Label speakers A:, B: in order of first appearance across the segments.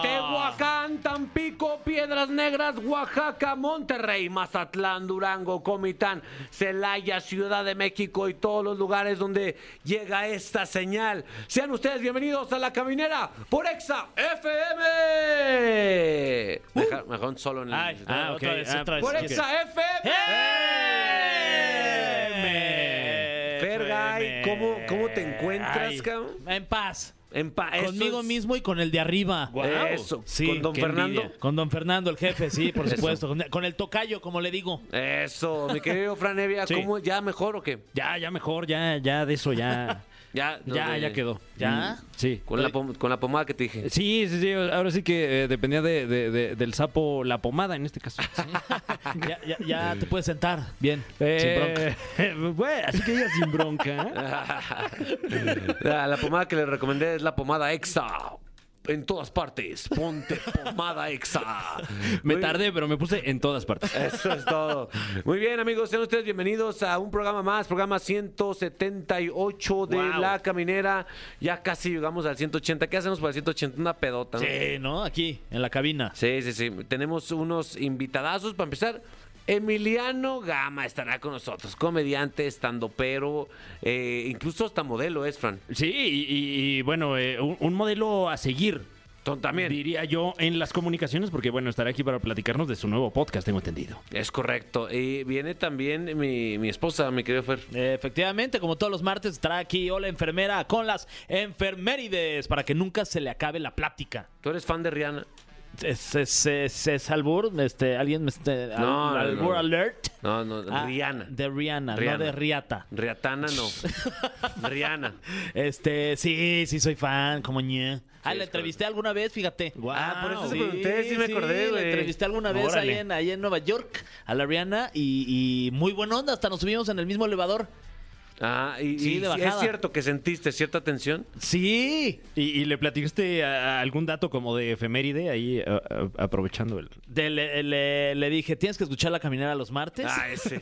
A: Tehuacán, Tampico, Piedras Negras, Oaxaca, Monterrey, Mazatlán, Durango, Comitán, Celaya, Ciudad de México y todos los lugares donde llega esta señal. Sean ustedes bienvenidos a La Caminera por Exa FM. Me dejaron- me dejaron solo en el...
B: Ay,
A: Ah,
B: ah, ok.
C: otra vez,
B: ah,
C: otra vez.
A: por
C: ok. ¡Eh!
A: Exa FM. ¡Eh!
C: ¡Eh!
A: Verga, ¿y cómo- cómo te encuentras,
C: Ay,
A: cabrón?
C: En paz.
A: En pa- esto
C: Conmigo
A: es-
C: mismo y con el de arriba.
A: Guau. Eso. ¿Con don
C: qué
A: Fernando?
C: Con don Fernando, el jefe, sí, por
A: Eso.
C: supuesto. Con- Con el tocayo, como le digo.
A: Eso, mi querido Fran Evia,
B: Sí.
A: ¿cómo? ¿Ya mejor o qué?
B: Ya, ya mejor, ya, ya de eso, ya.
A: Ya, no,
B: ya,
A: de-
B: ya quedó. Mm,
C: ¿Ya?
B: Sí.
A: Con la, pom- con la pomada que te dije.
B: Sí, sí, sí. Ahora sí que eh, dependía de, de- de- del sapo la pomada en este caso.
C: Ya, ya, ya te puedes sentar. Bien.
B: Eh, bueno, así que diga sin bronca. ¿eh?
A: La, la pomada que le recomendé es la pomada Exa. En todas partes, ponte pomada Exa.
B: Me
A: Muy-
B: tardé, pero me puse en todas partes.
A: Eso es todo. Muy bien, amigos, sean ustedes bienvenidos a un programa más, programa 178 de
C: Wow.
A: La Caminera. Ya casi llegamos al 180. ¿Qué hacemos para el 180? Una pedota. ¿no?
C: Sí, ¿no? Aquí, en la cabina.
A: Sí, sí, sí. Tenemos unos invitadazos para empezar. Emiliano Gama estará con nosotros, comediante, estandopero, eh, incluso hasta modelo es, Fran.
B: Sí, y, y- y, bueno, eh, un, un modelo a seguir.
A: Ton- También.
B: Diría yo en las comunicaciones, porque bueno, estará aquí para platicarnos de su nuevo podcast, tengo entendido.
A: Es correcto. Y viene también mi, mi esposa, mi querido Fer.
C: Eh, Efectivamente, como todos los martes, estará aquí Hola Enfermera con las enfermerides para que nunca se le acabe la plática.
A: ¿Tú eres fan de Rihanna?
C: ¿Es, es, es- es albur? Este, ¿Alguien me este, al-
A: No, no,
C: albur
A: no.
C: alert?
A: No, no,
C: Ah,
A: Rihanna.
C: De Rihanna,
A: Rihanna.
C: no de Riata.
A: Riatana no. Rihanna.
C: Este, sí, sí soy fan, como ñe. Ah,
A: Sí,
C: la
A: es
C: entrevisté alguna vez, fíjate.
A: Ah, por eso te pregunté, sí me acordé,
C: La
A: güey.
C: entrevisté alguna vez ahí
B: Órale.
C: en, ahí en Nueva York a la Rihanna y, y muy buena onda, hasta nos subimos en el mismo elevador.
A: Ah, y,
C: Sí,
A: y
C: de
A: sí, es
C: bajada.
A: cierto que sentiste cierta tensión.
C: Sí,
B: ¿Y, y le platicaste a- a algún dato como de efeméride ahí a- a- aprovechando el...
C: de- le, le- le dije, tienes que escucharla caminar a los martes.
A: Ah, ese.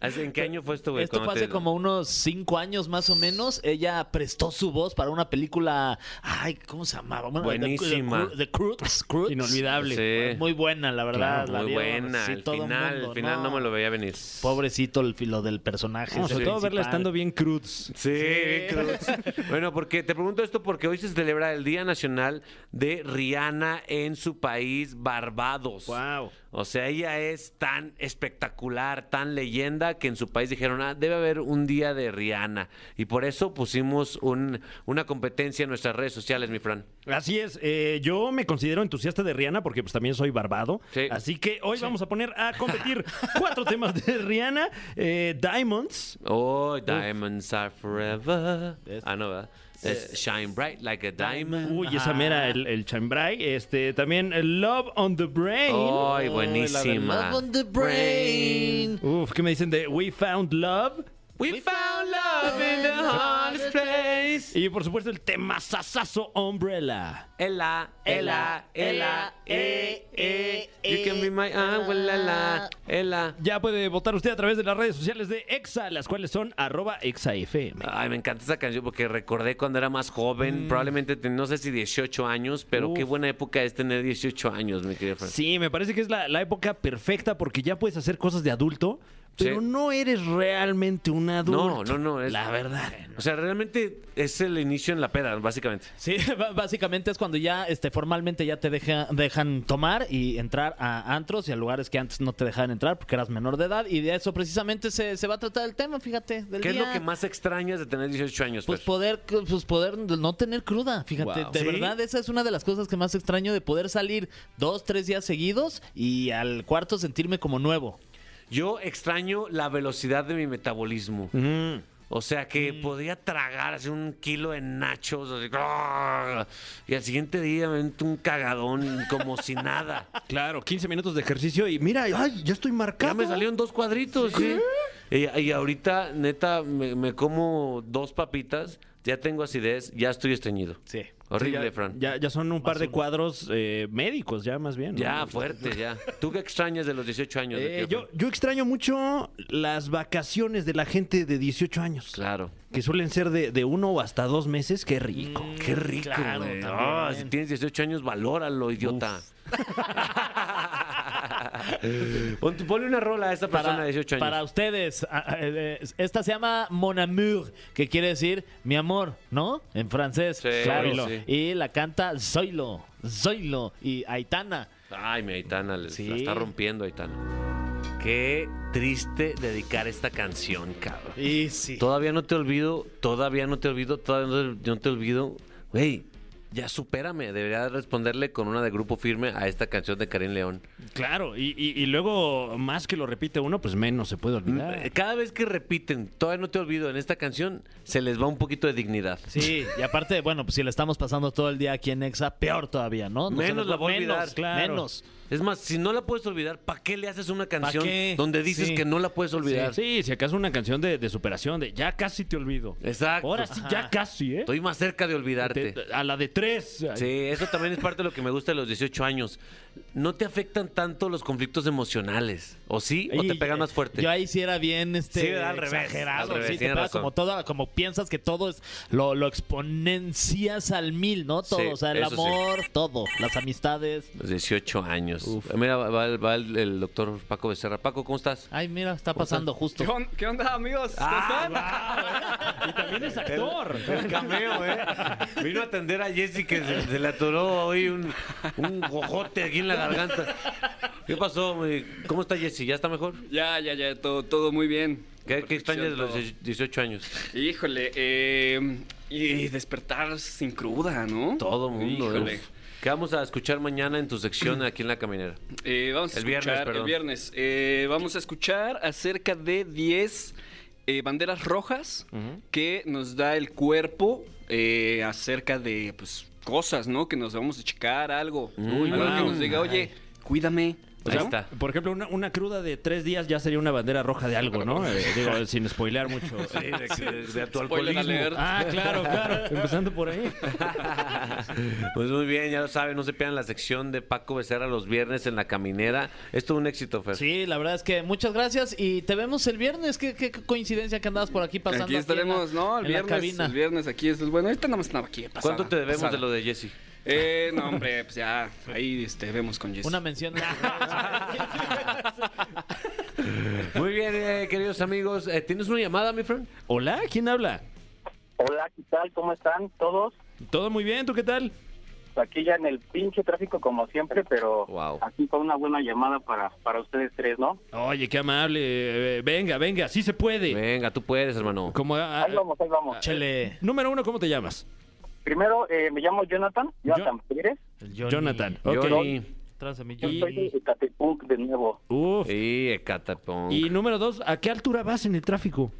A: ¿Hace- ¿En qué año fue esto, güey?
C: Esto
A: Cuando
C: fue hace
A: te-
C: como unos cinco años más o menos. Ella prestó su voz para una película. Ay, ¿cómo se llamaba? Bueno, The-
A: Buenísima.
C: The, The Croods, Croods.
B: Inolvidable.
A: Sí.
C: Muy buena, la verdad.
A: Claro,
C: la
A: muy
C: vieron,
A: buena.
C: sí,
A: al
C: todo
A: final,
C: mundo,
A: al final no. me lo veía venir.
C: Pobrecito el filo del personaje.
B: sobre
C: ese
B: todo verla
C: principal.
B: estando bien cruz.
A: Sí, bien cruz. Bueno, porque te pregunto esto porque hoy se celebra el Día Nacional de Rihanna en su país, Barbados.
B: Wow.
A: O sea, ella es tan espectacular, tan leyenda, que en su país dijeron, ah, debe haber un día de Rihanna. Y por eso pusimos un- una competencia en nuestras redes sociales, mi Fran.
B: Así es, eh, yo me considero entusiasta de Rihanna porque pues también soy barbado.
A: Sí.
B: Así que hoy vamos a poner a competir cuatro temas de Rihanna. Eh, Diamonds.
A: Oh, diamonds are forever.
C: Es-
A: ah, no, ¿verdad? Es shine bright like a diamond.
B: Uy, esa
C: Ajá.
B: mera, el, el chambray. Este, también eh, Love on the Brain.
A: Ay,
C: Ay,
A: buenísima.
C: la de Love on the brain.
B: Uf, ¿qué me dicen de We Found Love?
A: We found love in the hardest place.
B: Y por supuesto el tema sasazo Umbrella.
A: Ella, ella, ella, eh, eh, You can be my abuela, la, ella.
B: Ya puede votar usted a través de las redes sociales de EXA, las cuales son arroba EXAFM.
A: Ay, me encanta esa canción porque recordé cuando era más joven, probablemente, ten- no sé si 18 años, pero qué
B: Uf.
A: buena época es tener 18 años, mi querido Fran.
B: Sí, me parece que es la, la época perfecta porque ya puedes hacer cosas de adulto, pero
A: Sí.
B: no eres realmente un
A: No,
B: adulto.
A: no, no. es-
B: La verdad.
A: O sea, realmente es el inicio en la peda, básicamente.
C: Sí, b- básicamente es cuando ya este, formalmente ya te deja- dejan tomar y entrar a antros y a lugares que antes no te dejaban entrar porque eras menor de edad. Y de eso precisamente se, se va a tratar el tema, fíjate. del
A: ¿Qué es lo
C: día.
A: que más extrañas de tener 18 años,
C: Pues
A: Fer?
C: poder, pues poder no tener cruda, fíjate,
B: Wow.
C: de
A: ¿Sí?
C: verdad esa es una de las cosas que más extraño de poder salir dos, tres días seguidos y al cuarto sentirme como nuevo.
A: Yo extraño la velocidad de mi metabolismo.
B: Mm.
A: O sea que podía tragar así un kilo de nachos así, ¡grrr! y al siguiente día me meto un cagadón como si nada.
B: Claro, 15 minutos de ejercicio y mira, ay, ya estoy marcado.
A: Ya me salieron dos cuadritos, sí. Y, y ahorita, neta, me, me como dos papitas ya tengo acidez, ya estoy estreñido.
C: Sí.
A: Horrible,
B: Sí, ya,
A: Fran. Ya,
B: Ya, ya son un par de cuadros eh, médicos, ya más bien. ¿no?
A: fuerte, ya. ¿Tú qué extrañas de los 18 años? de
B: Eh,
A: tío
B: yo,
A: Fran?
B: yo extraño mucho las vacaciones de la gente de 18 años.
A: Claro.
B: Que suelen ser de, de uno o hasta dos meses. Qué rico.
A: Qué rico,
C: claro,
A: güey.
C: también.
A: Ah, si tienes 18 años, valóralo, idiota. Pon- Ponle una rola a esta persona de 18 años.
C: para ustedes, a- a- eh, esta se llama Mon Amour, que quiere decir mi amor, ¿no? En francés.
A: Sí,
C: claro.
A: sí.
C: Y la canta Zoilo, Zoilo y Aitana.
A: Ay, mi Aitana, le-
C: Sí.
A: la está rompiendo Aitana. Qué triste dedicar esta canción, cabrón.
C: Y sí.
A: Todavía no te olvido, todavía no te olvido, todavía no te, no te olvido. Güey, ya supérame. Debería responderle con una de grupo firme a esta canción de Karim León.
B: Claro, y, y- y luego, más que lo repite uno, pues menos se puede olvidar.
A: Eh, Cada vez que repiten, todavía no te olvido en esta canción, se les va un poquito de dignidad.
C: Sí, y aparte, bueno, pues si le estamos pasando todo el día aquí en Exa, peor todavía, ¿no? No se
A: Menos
C: nos
A: la
C: va-
A: voy a
C: menos,
A: olvidar,
B: claro.
C: Menos.
A: Es más, si no la puedes olvidar, ¿para qué le haces una canción
C: qué?
A: donde dices
C: Sí.
A: que no la puedes olvidar?
B: Sí, si acaso una canción de, de superación, de ya casi te olvido.
A: Exacto.
B: Ahora sí, ya casi, ¿eh?
A: Estoy más cerca de
B: Te-
A: olvidarte.
B: te- a la de tres.
A: Sí, eso también es parte de lo que me gusta de los 18 años. No te afectan tanto los conflictos emocionales. ¿O sí? ¿O te
C: Y,
A: pegan
C: eh,
A: más fuerte?
C: Yo ahí sí era bien este,
A: Sí, era al revés,
C: exagerado.
A: al revés,
C: sí, te
A: tienes
C: pega
A: razón.
C: como todo, como piensas que todo es, lo, lo exponencias al mil, ¿no? Todo,
A: Sí,
C: o sea, el
A: eso sí.
C: amor, todo, las amistades.
A: Los 18 años. Mira, va, va el- va el, el doctor Paco Becerra. Paco, ¿cómo estás?
C: Ay, mira, está
A: Pues, eh,
C: pasando justo.
D: ¿Qué, on- qué onda, amigos? ¿Cómo están?
B: Y también es actor.
A: El cameo, ¿eh? Vino a atender a Jessy que se, se le atoró hoy un, un cojote aquí en la garganta. ¿Qué pasó? mi- ¿Cómo está Jessy? ¿Ya está mejor?
D: Ya, ya, ya, todo, todo muy bien.
A: ¿Qué, qué
D: Perfección,
A: extrañas de los
D: todo.
A: 18 años?
D: Híjole, eh, y despertar sin cruda, ¿no?
A: Todo mundo. ¿eh?
D: Híjole.
A: Uf. ¿Qué vamos a escuchar mañana en tu sección aquí en La Caminera?
D: Eh, vamos a
A: El viernes,
D: escuchar,
A: perdón.
D: el viernes. eh, vamos a escuchar acerca de 10 eh, banderas rojas que nos da el cuerpo eh, acerca de pues, cosas, ¿no? Que nos vamos a checar, algo.
A: Uy,
D: algo que
B: wow.
D: nos diga, oye, cuídame.
A: Ahí
D: ¿no?
A: está.
B: Por ejemplo, una, una cruda de tres días ya sería una bandera roja de algo, ¿no? Eh, digo, sin spoilear mucho.
A: tu
D: Spoiler alert.
B: Ah, claro, claro. Empezando por ahí.
A: Pues muy bien, ya lo saben, no se pierdan la sección de Paco Becerra los viernes en La Caminera. Esto es un éxito, Fer.
C: Sí, la verdad es que muchas gracias y te vemos el viernes. Qué, qué coincidencia que andabas por aquí pasando.
D: Aquí
C: en la-
D: estaremos, ¿no? El
C: en la
D: viernes,
C: cabina.
D: el viernes aquí es bueno. Ahorita nada más estaba aquí. de pasada,
A: ¿Cuánto te debemos
D: pasada.
A: de lo de Jessy?
D: Eh, no, hombre, pues ya, ahí este, vemos con Jess.
C: Una mención.
A: Muy bien, eh, queridos amigos. Eh, ¿Tienes una llamada, mi friend?
B: Hola, ¿quién habla?
E: Hola, ¿qué tal? ¿Cómo están todos? Pues
B: Todo muy bien, ¿tú qué tal?
E: Aquí ya en el pinche tráfico como siempre, pero
A: Wow.
E: aquí con una buena llamada para, para ustedes tres, ¿no?
B: Oye, qué amable. eh, Venga, venga, sí se puede.
A: Venga, tú puedes, hermano.
B: Como, ah,
E: Ahí vamos, ahí vamos.
C: Chele.
B: número uno, ¿cómo te llamas?
E: Primero, eh, me llamo Jonathan, Jonathan Pérez.
C: El
B: Jonathan. Ok.
A: Johnny
C: Tras a mi
E: Yo soy de
C: Johnny.
E: Ecatepec de nuevo.
B: Uf.
A: y Ecatepunk.
B: Y número dos, ¿a qué altura vas en el tráfico?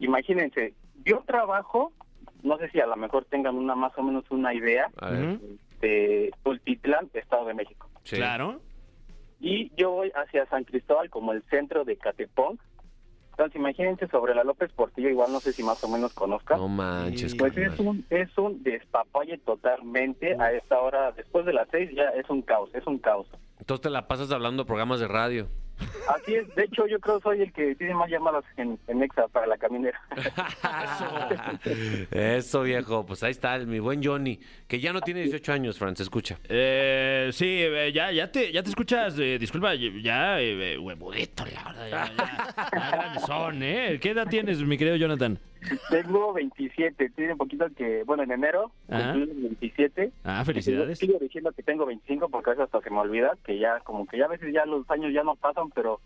E: Imagínense, yo trabajo, no sé si a lo mejor tengan una más o menos una idea,
A: A ver,
B: Ujú.
E: de Tultitlán, Estado de México.
A: sí.
B: Claro.
E: Y yo voy hacia San Cristóbal como el centro de Ecatepec. Entonces, imagínense sobre la López Portillo, igual no sé si más o menos conozcan.
A: No manches,
C: Y-
E: Pues es
A: carnal.
E: un, es un despapalle totalmente a esta hora, después de las seis ya es un caos, es un caos.
A: Entonces te la pasas hablando de programas de radio.
E: Así es, de hecho yo creo soy el que tiene más llamadas en, en Exa para la caminera.
A: Eso, viejo. Pues ahí está, el- mi buen Johnny, que ya no tiene 18 años, Fran, se escucha.
B: Eh, sí, eh, ya, ya, te, ya te escuchas, eh, disculpa, ya eh, eh, huevudito, la verdad, ya, ya, ya grandezón, ¿eh? ¿Qué edad tienes, mi querido Jonathan?
E: Tengo 27, tiene un poquito que, bueno, en enero,
B: Ajá.
E: cumplí 27.
B: Ah, felicidades.
E: Sigo diciendo que tengo 25 porque a veces hasta se me olvida, que ya como que ya a veces ya los años ya no pasan, pero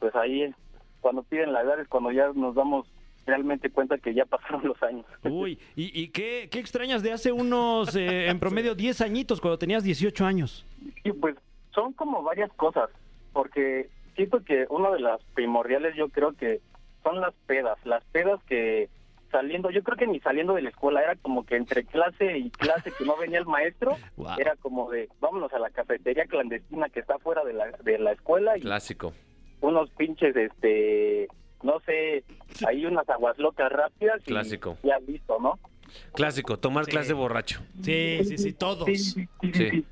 E: pues ahí es, cuando piden la edad es cuando ya nos damos realmente cuenta que ya pasaron los años.
B: Uy, ¿y, y qué, qué extrañas de hace unos, eh, en promedio, 10 añitos, cuando tenías 18 años?
E: Sí, pues son como varias cosas, porque siento que una de las primordiales yo creo que son las pedas, las pedas que saliendo, yo creo que ni saliendo de la escuela, era como que entre clase y clase que no venía el maestro,
B: Wow.
E: era como de vámonos a la cafetería clandestina que está fuera de la, de la escuela y
A: Clásico.
E: unos pinches, este, no sé, hay unas aguas locas rápidas y
A: Clásico.
E: ya listo, ¿no?
A: Clásico, tomar clase borracho.
C: Sí, sí, sí, todos.
E: Sí, sí, sí,
A: Sí.
E: sí, sí.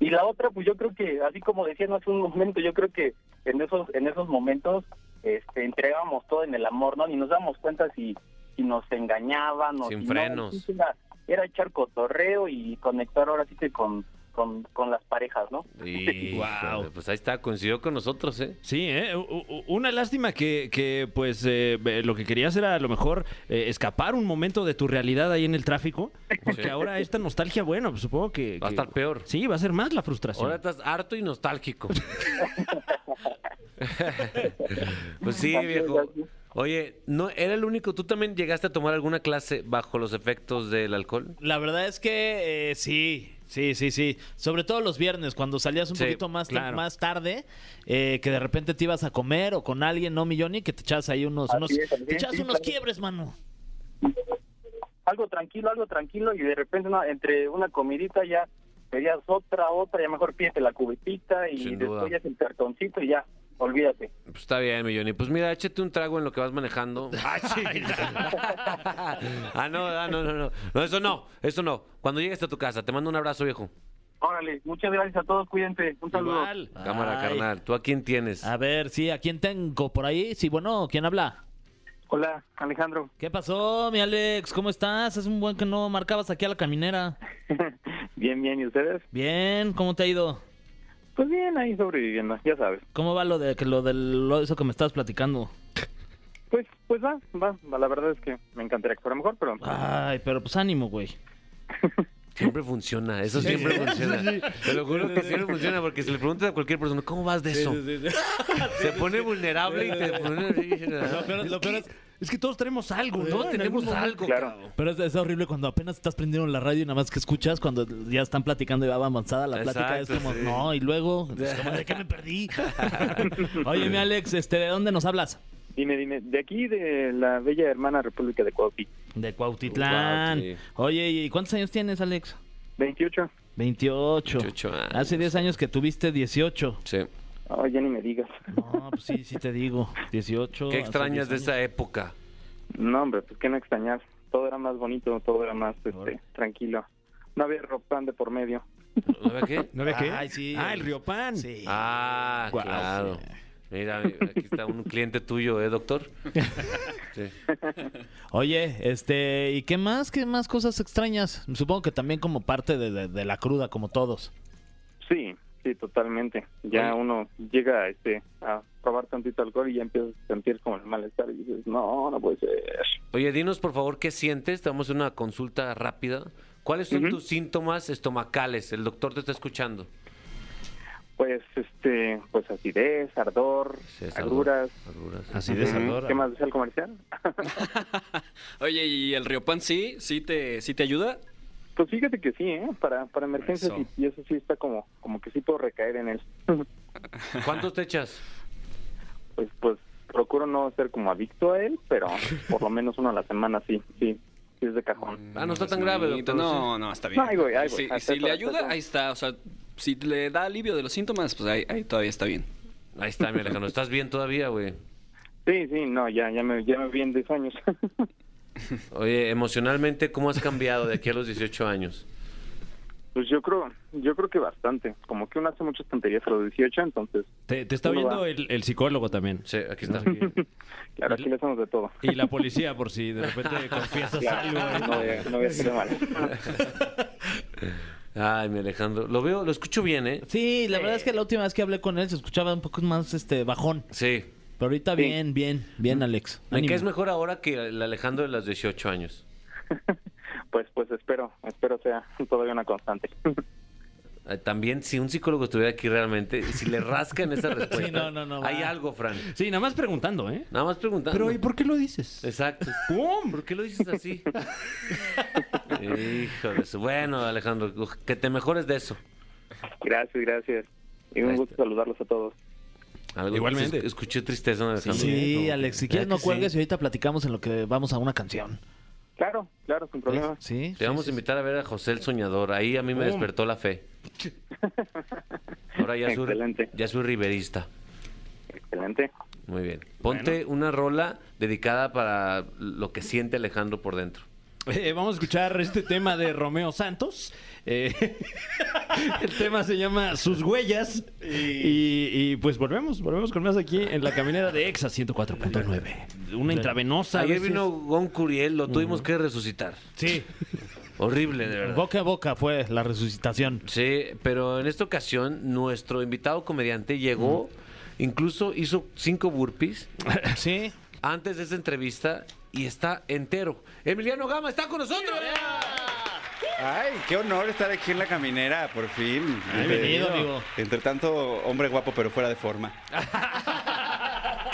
E: Y la otra, pues yo creo que, así como decían hace un momento, yo creo que en esos en esos momentos este, entregábamos todo en el amor, ¿no? Ni nos damos cuenta si, si nos engañaban o
A: Sin
E: si no. pues,
A: frenos.
E: Era, era echar cotorreo y conectar ahora sí que con, con, con las parejas, ¿no?
A: Y,
B: Guau.
A: Pues ahí está, coincidió con nosotros, ¿eh?
B: Sí, ¿eh? U- u- una lástima que, que, pues, eh, eh, lo que querías era a lo mejor eh, escapar un momento de tu realidad ahí en el tráfico. Porque
A: Sí.
B: ahora esta nostalgia, bueno, pues, supongo que...
A: Va a
B: que-
A: estar peor.
B: Sí, va a ser más la frustración.
A: Ahora estás harto y nostálgico. pues sí, viejo. Oye, no era el único. ¿Tú también llegaste a tomar alguna clase bajo los efectos del alcohol?
C: La verdad es que eh, sí, sí, sí, sí. Sobre todo los viernes, cuando salías un
A: Sí,
C: poquito más, ta-
A: claro.
C: más tarde, eh, que de repente te ibas a comer o con alguien, ¿no, mi Johnny? Que te echabas ahí unos,
E: Así
C: unos,
E: es, así
C: te
E: es,
C: echabas
E: sí,
C: unos
E: claro.
C: quiebres, mano.
E: Algo tranquilo, algo tranquilo y de repente una- entre una comidita ya pedías otra, otra, ya mejor pídete la cubetita y
A: Sin duda.
E: después ya es el cartoncito y ya, olvídate.
A: Pues está bien, mi Johnny. Pues mira, échate un trago en lo que vas manejando. ah, no, ah, no, no, no. No, eso no, eso no. Cuando llegues a tu casa, te mando un abrazo, viejo.
E: Órale, muchas gracias a todos, cuídense, un saludo.
B: Igual.
A: Cámara,
C: Ay. Ah.
A: carnal. ¿Tú a quién tienes?
C: A ver, sí, ¿a quién tengo por ahí? Sí, bueno, ¿quién habla?
E: Hola, Alejandro.
C: ¿Qué pasó, mi Alex? ¿Cómo estás? Es un buen que no marcabas aquí a la caminera.
E: bien, bien, ¿y ustedes?
C: Bien, ¿cómo te ha ido?
E: Pues bien, ahí sobreviviendo, ya sabes.
C: ¿Cómo va lo de que lo del lo, eso que me estabas platicando?
E: Pues, pues va, va, va, la verdad es que me encantaría que fuera mejor, pero...
C: Ay, pero pues ánimo, güey.
A: Siempre funciona, eso siempre funciona. Te lo juro que siempre funciona porque si le preguntas a cualquier persona, ¿cómo vas de eso? Se pone vulnerable y te pone...
C: lo peor es
B: Es que todos tenemos algo,
A: No, tenemos algo,
E: Claro.
A: cabrón.
C: Pero es, es horrible cuando apenas estás prendiendo la radio y nada más que escuchas cuando ya están platicando y va avanzada la plática.
A: Exacto,
C: es como,
A: sí.
C: no, y luego, es como, ¿de qué me perdí? Oye, mi Alex, este, ¿de dónde nos hablas?
E: Dime, dime, de aquí, de la bella hermana República de Coapi,
C: De Cuautitlán.
A: Cuautli.
C: Oye, ¿y cuántos años tienes, Alex?
E: 28.
C: 28.
A: 28 años.
C: Hace 10 años que tuviste 18.
A: Sí.
E: Ay, ya ni me digas.
C: No, pues sí, sí te digo. 18.
A: ¿Qué
C: hace
A: extrañas
C: 10
A: de
C: años.
A: esa época?
E: No, hombre, pues qué no extrañar. Todo era más bonito, todo era más este, tranquilo. No había ropán de por medio.
A: ¿No había qué?
B: ¿No había qué?
C: Ay, sí.
B: Ah, el Río Pan.
C: Sí.
A: Ah,
B: Guau,
A: claro. Mira, aquí está un cliente tuyo, ¿eh, doctor? Sí.
C: Oye, este, ¿y qué más? ¿Qué más cosas extrañas? Supongo que también como parte de, de- de la cruda, como todos.
E: Sí, sí, totalmente. Ya uno llega este, a probar tantito alcohol y ya empiezas a sentir como el malestar y dices, no, no puede ser.
A: Oye, dinos por favor qué sientes. Te vamos a hacer una consulta rápida. ¿Cuáles son tus síntomas estomacales? El doctor te está escuchando.
E: Pues, este, pues acidez, ardor,
A: Sí, es ardor.
E: agruras.
A: Agruras.
B: Así de
E: Ujú.
B: sabor.
E: ¿Qué más desea el comercial?
D: Oye, ¿y el Riopan sí? ¿Sí te, sí te ayuda?
E: Pues fíjate que sí, ¿eh? Para, para emergencias
D: Eso.
E: Y, y eso sí está como, como que sí puedo recaer en él.
A: ¿Cuántos te echas?
E: pues, pues procuro no ser como adicto a él, pero por lo menos uno a la semana sí, sí, sí es de cajón.
A: Ah, no está tan grave, doctor,
D: No, no, está bien.
E: Ahí voy, ahí voy.
D: Si,
E: Ahí
D: si
E: está,
D: le
E: ahí está,
D: ayuda,
E: está.
D: ahí está. O sea, si le da alivio de los síntomas, pues ahí, ahí todavía está bien.
A: Ahí está, mi Alejandro. ¿Estás bien todavía, güey?
E: Sí, sí, no, ya, ya me, ya me vi en 10 años.
A: Oye, emocionalmente, ¿cómo has cambiado de aquí a los 18 años?
E: pues yo creo, yo creo que bastante. Como que uno hace muchas tonterías a los 18, entonces,
B: Te, te está
E: ¿Cómo
B: viendo
E: va?
B: el, el psicólogo también.
A: Sí, aquí está.
E: claro, aquí le hacemos de todo.
B: Y la policía, por si de repente confiesas algo.
A: ¿eh?
E: Claro, no, voy a- no voy a hacer mal.
A: Ay, mi Alejandro. Lo veo, lo escucho bien, ¿eh?
C: Sí, la verdad es que la última vez que hablé con él se escuchaba un poco más este bajón.
A: Sí.
C: Pero ahorita
E: Sí.
C: bien, bien, bien, Alex.
A: ¿En qué es
C: Ánimo.
A: mejor ahora que el Alejandro de los 18 años?
E: Pues, pues espero, espero sea todavía una constante.
A: Eh, También, si un psicólogo estuviera aquí realmente, si le rascan esa respuesta.
C: no, no, no,
A: Hay
C: va.
A: algo, Fran.
B: Sí, nada más preguntando, ¿eh?
A: Nada más preguntando.
B: Pero, ¿y por qué lo dices?
A: Exacto. ¿Por qué lo dices así? Híjole. eso. Bueno, Alejandro, que te mejores de eso.
E: Gracias, gracias. Y
A: Ahí
E: un
A: está.
E: gusto saludarlos a todos.
A: Algo-
B: Igualmente.
A: es- Escuché tristeza en Alejandro.
C: Sí,
A: Como-
C: Alex, si
A: ¿Verdad
C: quieres no
A: que
C: cuelgues
A: sí?
C: y ahorita platicamos en lo que vamos a una canción.
E: Claro, claro, sin problema.
C: Sí.
A: Te vamos a invitar a ver a José el Soñador. Ahí a mí me despertó la fe. Ahora ya soy,
E: Excelente.
A: ya soy riverista.
E: Excelente.
A: Muy bien. Ponte una rola dedicada para lo que siente Alejandro por dentro.
B: Eh, vamos a escuchar este tema de Romeo Santos. Eh, el tema se llama Sus Huellas. Y, y, pues volvemos, volvemos con más aquí en la caminera de Exa 104.9. Una intravenosa. a
A: Ayer
B: veces.
A: vino Gon Curiel, lo tuvimos que resucitar.
C: Sí,
A: Horrible, de verdad.
C: boca a boca fue la resucitación.
A: Sí, pero en esta ocasión nuestro invitado comediante llegó, incluso hizo cinco burpees
C: Sí.
A: antes de esta entrevista y está entero. Emiliano Gama está con nosotros.
F: Ay, qué honor estar aquí en la caminera, por fin.
C: Bienvenido,
F: Entre-
C: amigo.
F: Entre tanto, hombre guapo, pero fuera de forma.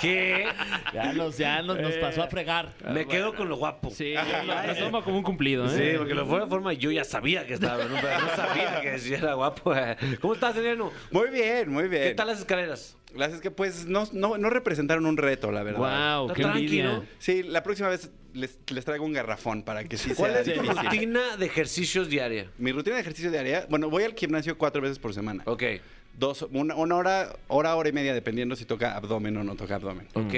A: ¿Qué?
C: Ya nos, ya nos, nos pasó a fregar.
A: Eh,
C: Ah,
A: Me quedo con lo guapo.
B: Sí, lo, lo tomo como un cumplido.
A: Sí,
B: ¿eh?
A: porque de fuera de forma yo ya sabía que estaba, ¿no? Pero no sabía que sí era guapo. ¿Cómo estás, Emiliano?
F: Muy bien, muy bien.
A: ¿Qué tal las escaleras?
F: Gracias que pues no, no, no representaron un reto, la verdad.
B: Wow,
A: Está
B: Oh, qué
A: tranquilo.
B: envidia.
F: Sí, la próxima vez les, les traigo un garrafón para que sí
A: ¿Cuál
F: sea
A: es tu
F: difícil.
A: rutina de ejercicios diaria?
F: Mi rutina de ejercicio diaria, bueno, voy al gimnasio cuatro veces por semana.
A: Ok,
F: Dos, una, una hora, hora, hora y media, dependiendo si toca abdomen o no toca abdomen.
A: ok.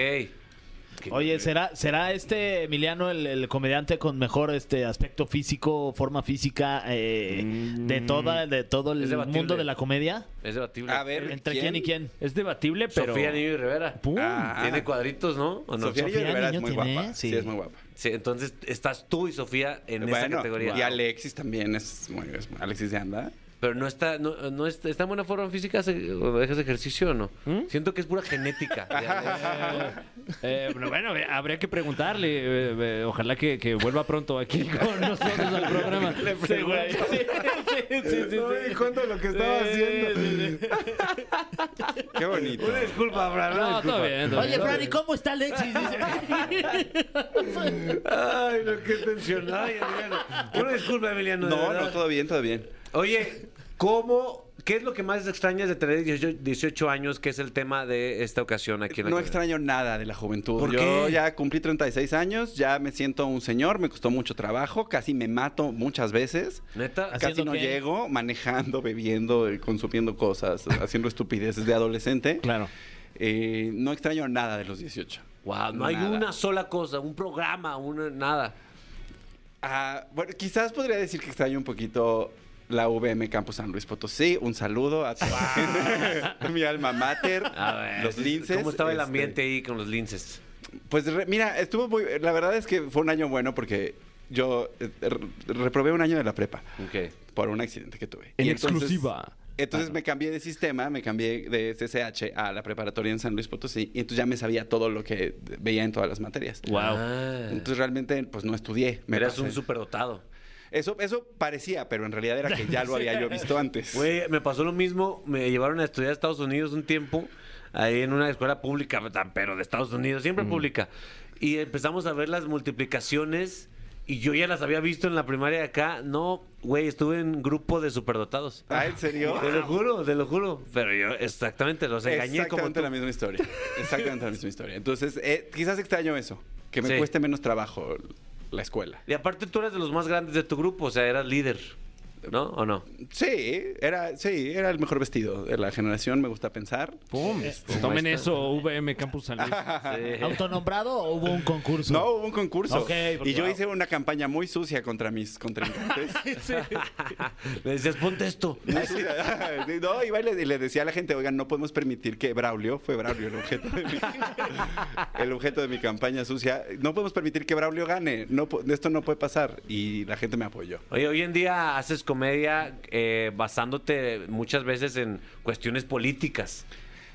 C: Oye, ¿será, ¿será este Emiliano el, el comediante con mejor este aspecto físico, forma física eh, de toda de todo
A: Es
C: el
A: debatible.
C: mundo de la comedia?
A: Es debatible.
F: Mm, A ver,
C: ¿Entre quién, y quién?
B: Es debatible, pero.
A: Sofía Niño y Rivera.
C: ¡Pum!
F: Ah.
A: Tiene cuadritos, ¿no? ¿O no?
F: Sofía, Niño
C: Sofía
F: Rivera es
C: Niño
F: muy
C: tiene,
F: guapa. Sí.
C: sí.
F: es muy guapa.
A: Sí, entonces estás tú y Sofía en esa
F: Bueno,
A: categoría.
F: y Alexis también es muy... es muy- Alexis de Anda.
A: Pero no está, no, no está, está en buena forma física se- o dejas ejercicio o no. Siento que es pura genética. de Alex.
B: Eh, pero bueno, eh, habría que preguntarle. eh, eh, ojalá que, que vuelva pronto aquí con nosotros al programa. Sí, güey.
F: cuenta lo que estaba haciendo. Qué bonito.
A: Disculpa, Fran. no,
B: No, todo bien. todo
C: Oye,
B: bien.
C: Fran, ¿y cómo está Alexis?
A: Ay, no, qué tensión. Ay, Emiliano. Una disculpa, Emiliano. de
F: No,
A: verdad.
F: no, todo bien, todo bien.
A: Oye, ¿cómo, qué es lo que más extrañas de tener 18, 18 años, que es el tema de esta ocasión aquí en la
F: No
A: cabina?
F: extraño nada de la juventud.
A: ¿Por
F: Yo
A: qué?
F: ya cumplí 36 años, ya me siento un señor, me costó mucho trabajo, casi me mato muchas veces.
A: ¿Neta?
F: Casi
C: ¿Haciendo
F: no
C: qué?
F: llego, manejando, bebiendo, eh, consumiendo cosas, haciendo estupideces de adolescente.
B: Claro.
F: Eh, no extraño nada de los 18.
A: Wow, no hay
F: Nada.
A: una sola cosa, un programa, una, nada.
F: Ah, bueno, quizás podría decir que extraño un poquito la VM Campus San Luis Potosí. Un saludo a toda la gente, mi alma mater,
A: A ver,
F: los linces.
A: ¿Cómo estaba el
F: este,
A: ambiente ahí con los linces?
F: Pues re- mira, estuvo muy. La verdad es que fue un año bueno porque yo eh, re- reprobé un año de la prepa
A: Ok.
F: por un accidente que tuve.
B: En
F: Y entonces-
B: exclusiva.
F: Entonces me cambié de sistema, me cambié de CCH a la preparatoria en San Luis Potosí y entonces ya me sabía todo lo que veía en todas las materias.
B: Wow.
A: Ah,
F: Entonces realmente pues no estudié. Me
A: eras
F: pasé.
A: un superdotado.
F: Eso, eso parecía, pero en realidad era que ya lo había yo visto antes.
A: Güey, me pasó lo mismo. Me llevaron a estudiar a Estados Unidos un tiempo, ahí en una escuela pública, pero de Estados Unidos, siempre pública. Y empezamos a ver las multiplicaciones y yo ya las había visto en la primaria de acá. No, güey, estuve en grupo de superdotados.
F: Ah, ¿en serio?
A: Te lo juro, te lo juro. Pero yo exactamente los engañé como
F: Exactamente
A: tú.
F: la misma historia. Exactamente la misma historia. Entonces, eh, quizás extraño eso, que me
A: Sí.
F: cueste menos trabajo la escuela.
A: Y aparte tú eras de los más grandes de tu grupo, o sea, eras líder. ¿No? ¿O no?
F: Sí, era, sí, era el mejor vestido de la generación, me gusta pensar.
B: Pum. Tomen eso, VM Campus San Luis.
A: Sí.
C: ¿Autonombrado o hubo un concurso?
F: Eh. No, hubo un concurso.
C: Ok,
F: y yo
C: wow.
F: hice una campaña muy sucia contra mis contrincantes.
A: Le decías, ponte esto.
F: Muy sucia. Ah, Sí, no, iba y le, y le decía a la gente, oigan, no podemos permitir que Braulio, fue Braulio el objeto de mi, el objeto de mi campaña sucia, no podemos permitir que Braulio gane, no, po- esto no puede pasar. Y la gente me apoyó.
A: Oye, hoy en día haces comedia eh, basándote muchas veces en cuestiones políticas.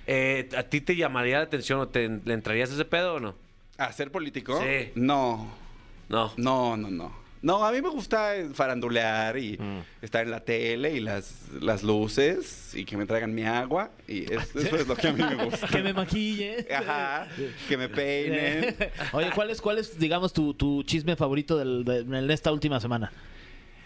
A: Eh, ¿A ti te llamaría la atención o te le entrarías a ese pedo o no?
F: ¿A ser político?
A: Sí.
F: No,
A: No.
F: no, no, no. No, a mí me gusta eh, farandulear y estar en la tele y las, las luces y que me traigan mi agua. Y es- eso es lo que a mí me gusta.
C: Que me maquille. Eh.
F: Ajá, que me peinen.
C: Oye, ¿cuál es, cuál es digamos, tu, tu chisme favorito del, de, en esta última semana?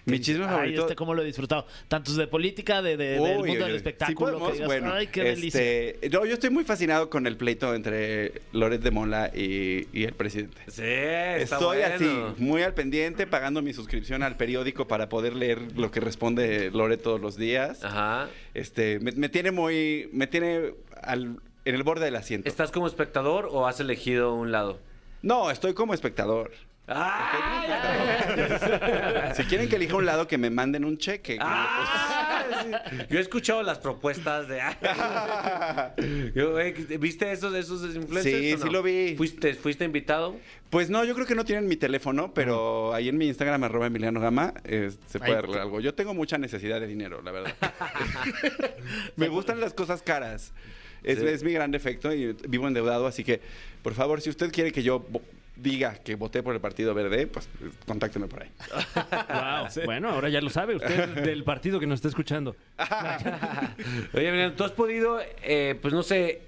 F: Mi chisme
C: Ay,
F: favorito.
C: este cómo lo he disfrutado. Tantos de política, de, de-
F: Uy,
C: del mundo
F: uy,
C: del
F: uy.
C: espectáculo.
F: Sí podemos,
C: que digas,
F: bueno,
C: Ay, qué delicia.
F: este, no, yo estoy muy fascinado con el pleito entre Loret de Mola y, y el presidente.
A: Sí, está
F: Estoy
A: bueno.
F: así, muy al pendiente, pagando mi suscripción al periódico para poder leer lo que responde Loret todos los días.
A: Ajá.
F: Este, me, me tiene muy, me tiene al- en el borde del asiento.
A: ¿Estás como espectador o has elegido un lado?
F: No, estoy como espectador.
A: ¡Ay! ay,
F: Si quieren que elija un lado, que me manden un cheque.
C: Ah.
A: ay! Yo he escuchado las propuestas de. Yo, eh, ¿Viste esos, esos influencers?
F: Sí,
A: o no?
F: sí lo vi.
A: ¿Fuiste, fuiste invitado?
F: Pues no, yo creo que no tienen mi teléfono, pero ahí en mi Instagram, arroba Emiliano Gama, eh, se puede
C: Ahí.
F: arreglar algo. Yo tengo mucha necesidad de dinero, la verdad. Me gustan las cosas caras. Es, es mi gran defecto y vivo endeudado, así que, por favor, si usted quiere que yo vo- diga que voté por el Partido Verde, pues eh, contácteme por ahí.
B: Wow. Bueno, ahora ya lo sabe usted del partido que nos está escuchando.
A: Oye, Emiliano, tú has podido, eh, pues no sé,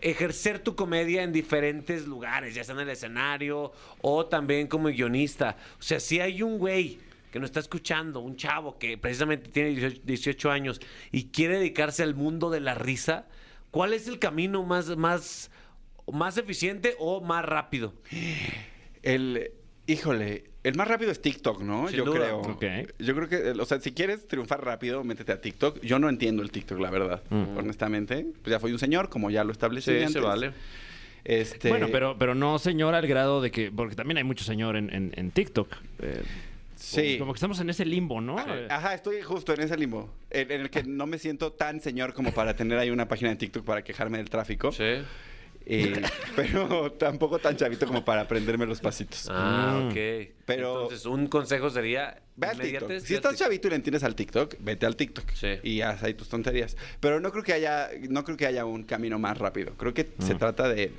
A: ejercer tu comedia en diferentes lugares, ya sea en el escenario o también como guionista. O sea, si hay un güey que nos está escuchando, un chavo que precisamente tiene 18, 18 años y quiere dedicarse al mundo de la risa, ¿cuál es el camino más, más, más eficiente o más rápido?
F: El, híjole, el más rápido es TikTok, ¿no?
A: Sin
F: yo
A: duda.
F: creo.
B: Ok.
F: Yo creo que, eh, o sea, si quieres triunfar rápido, métete a TikTok. Yo no entiendo el TikTok, la verdad, honestamente. Pues ya fui un señor, como ya lo establecí antes. Este,
B: Bueno, pero, pero no señor al grado de que... Porque también hay mucho señor en, en- en TikTok. Eh,
F: sí.
B: Como que estamos en ese limbo, ¿no? Eh,
F: Ajá, estoy justo en ese limbo, en, en el que no me siento tan señor como para tener ahí una página de TikTok para quejarme del tráfico,
A: Sí.
F: Eh, pero tampoco tan chavito como para aprenderme los pasitos.
A: Ah, ok.
F: Mm. Pero-
A: Entonces, un consejo sería...
F: Ve al
A: inmediate,
F: TikTok.
A: ve
F: Si
A: al
F: estás
A: TikTok.
F: chavito y le entiendes al TikTok, vete al TikTok
A: Sí.
F: y haz ahí tus tonterías. Pero no creo que haya, no creo que haya un camino más rápido. Creo que se
B: Mm.
F: trata de,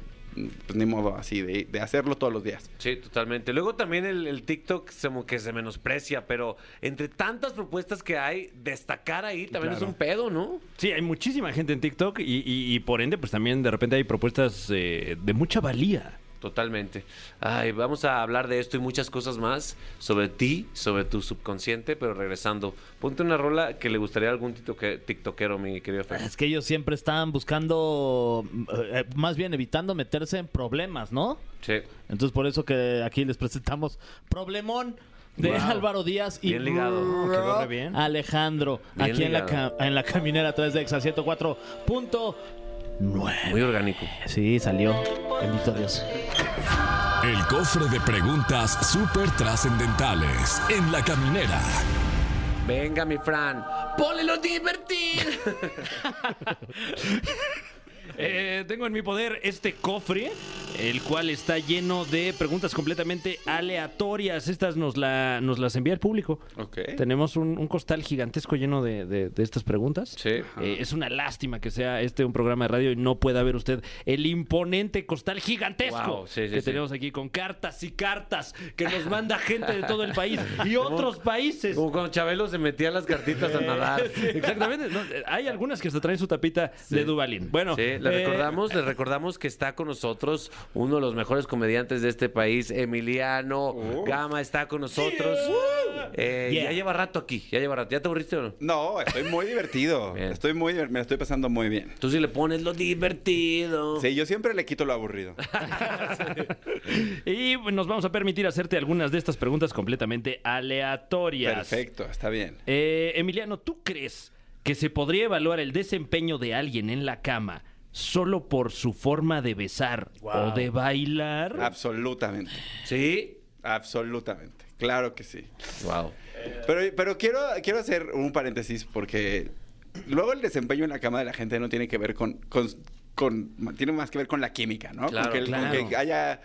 F: pues ni modo así, de, de hacerlo todos los días.
A: Sí, totalmente. Luego también el, el TikTok se mo- que se menosprecia, pero entre tantas propuestas que hay, destacar ahí también
B: Claro.
A: es un pedo, ¿no?
B: Sí, hay muchísima gente en TikTok y, y- y por ende, pues también de repente hay propuestas eh, de mucha valía.
A: Totalmente. Ay, vamos a hablar de esto y muchas cosas más sobre ti, sobre tu subconsciente, pero regresando. Ponte una rola que le gustaría a algún titoque- tiktokero, mi querido Fer.
C: Es que ellos siempre están buscando, eh, más bien evitando meterse en problemas, ¿no?
A: Sí.
C: Entonces por eso que aquí les presentamos Problemón de
A: Wow.
C: Álvaro Díaz y
A: Bien ligado, ¿no?
B: Quedó re bien.
C: Alejandro
A: Bien
C: aquí en la,
A: ligado.
C: ca- en la caminera a través de Exa 104.9.
A: Muy orgánico.
C: Sí, salió. Bendito Dios.
G: El cofre de preguntas súper trascendentales en la caminera.
A: Venga, mi Fran. ¡Ponle lo divertido!
B: Eh, tengo en mi poder este cofre, el cual está lleno de preguntas completamente aleatorias. Estas nos, la, nos las envía el público.
F: Ok.
B: Tenemos un, un costal gigantesco lleno de, de- de estas preguntas.
F: Sí.
B: Eh, es una lástima que sea este un programa de radio y no pueda ver usted el imponente costal gigantesco
A: Wow, sí, sí,
B: que
A: sí.
B: tenemos aquí con cartas y cartas que nos manda gente de todo el país y otros países.
A: Como cuando Chabelo se metía las cartitas a nadar.
B: Exactamente. No, eh, hay algunas que se traen su tapita de Dubalín. Bueno,
A: Sí, le
B: eh,
A: recordamos, le recordamos que está con nosotros uno de los mejores comediantes de este país, Emiliano Gama está con nosotros. Eh,
C: Yeah.
A: Ya lleva rato aquí, ya lleva rato. ¿Ya te aburriste o no?
F: No, estoy muy divertido.
A: Bien.
F: Estoy muy, me la estoy pasando muy bien.
A: Tú sí le pones lo divertido.
F: Sí, yo siempre le quito lo aburrido.
B: Y pues, nos vamos a permitir hacerte algunas de estas preguntas completamente aleatorias.
F: Perfecto, está bien.
B: Eh, Emiliano, ¿tú crees que se podría evaluar el desempeño de alguien en la cama solo por su forma de besar o de bailar?
F: Ah, Absolutamente.
A: ¿Sí?
F: Absolutamente. Claro que sí.
A: Wow.
F: Pero, pero quiero, quiero hacer un paréntesis porque luego el desempeño en la cama de la gente no tiene que ver con. con, con- tiene más que ver con la química, ¿no?
A: Claro,
F: con, que, con
A: claro.
F: que haya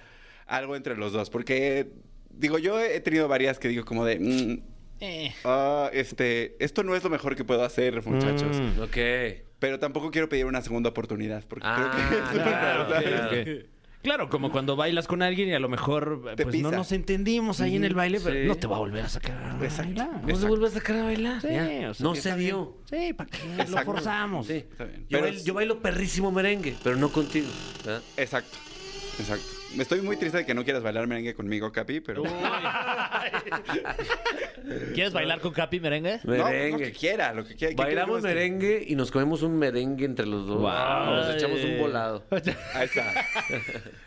F: algo entre los dos. Porque, digo, yo he tenido varias que digo como de. mm,
C: Eh.
F: ah, este, esto no es lo mejor que puedo hacer, pues, muchachos.
B: Mm.
A: Ok.
F: Pero tampoco quiero pedir una segunda oportunidad porque
A: Ah,
F: creo que.
A: claro,
F: ¿sabes?
A: claro.
B: Claro, como cuando bailas con alguien y a lo mejor
F: Te
B: pues, no
F: pisa.
B: nos entendimos ahí en el baile, pero
A: Sí.
B: no te va a volver a sacar. a
F: Exacto.
B: bailar.
A: ¿No se
F: Exacto.
A: vuelve a sacar a bailar?
B: Sí,
A: Ya.
B: o sea,
A: no
B: que
A: se
B: está bien.
A: dio.
B: Sí, ¿para qué? Lo
F: Exacto.
B: forzamos.
A: Sí.
F: Está bien.
A: Yo,
F: Pero
A: bailo,
F: es-
A: yo bailo perrísimo merengue, pero no contigo. ¿verdad?
F: Exacto. Exacto. Me estoy muy triste de que no quieras bailar merengue conmigo, Capi, pero.
A: Uh,
C: ¿Quieres bailar con Capi Merengue?
F: pues No, lo
A: Merengue.
F: que quiera, lo que quiera. ¿Qué queremos
A: Bailamos
F: que-
A: merengue y nos comemos un merengue entre los dos.
C: Ah,
B: Guau.
A: Nos echamos un volado.
F: Ahí está.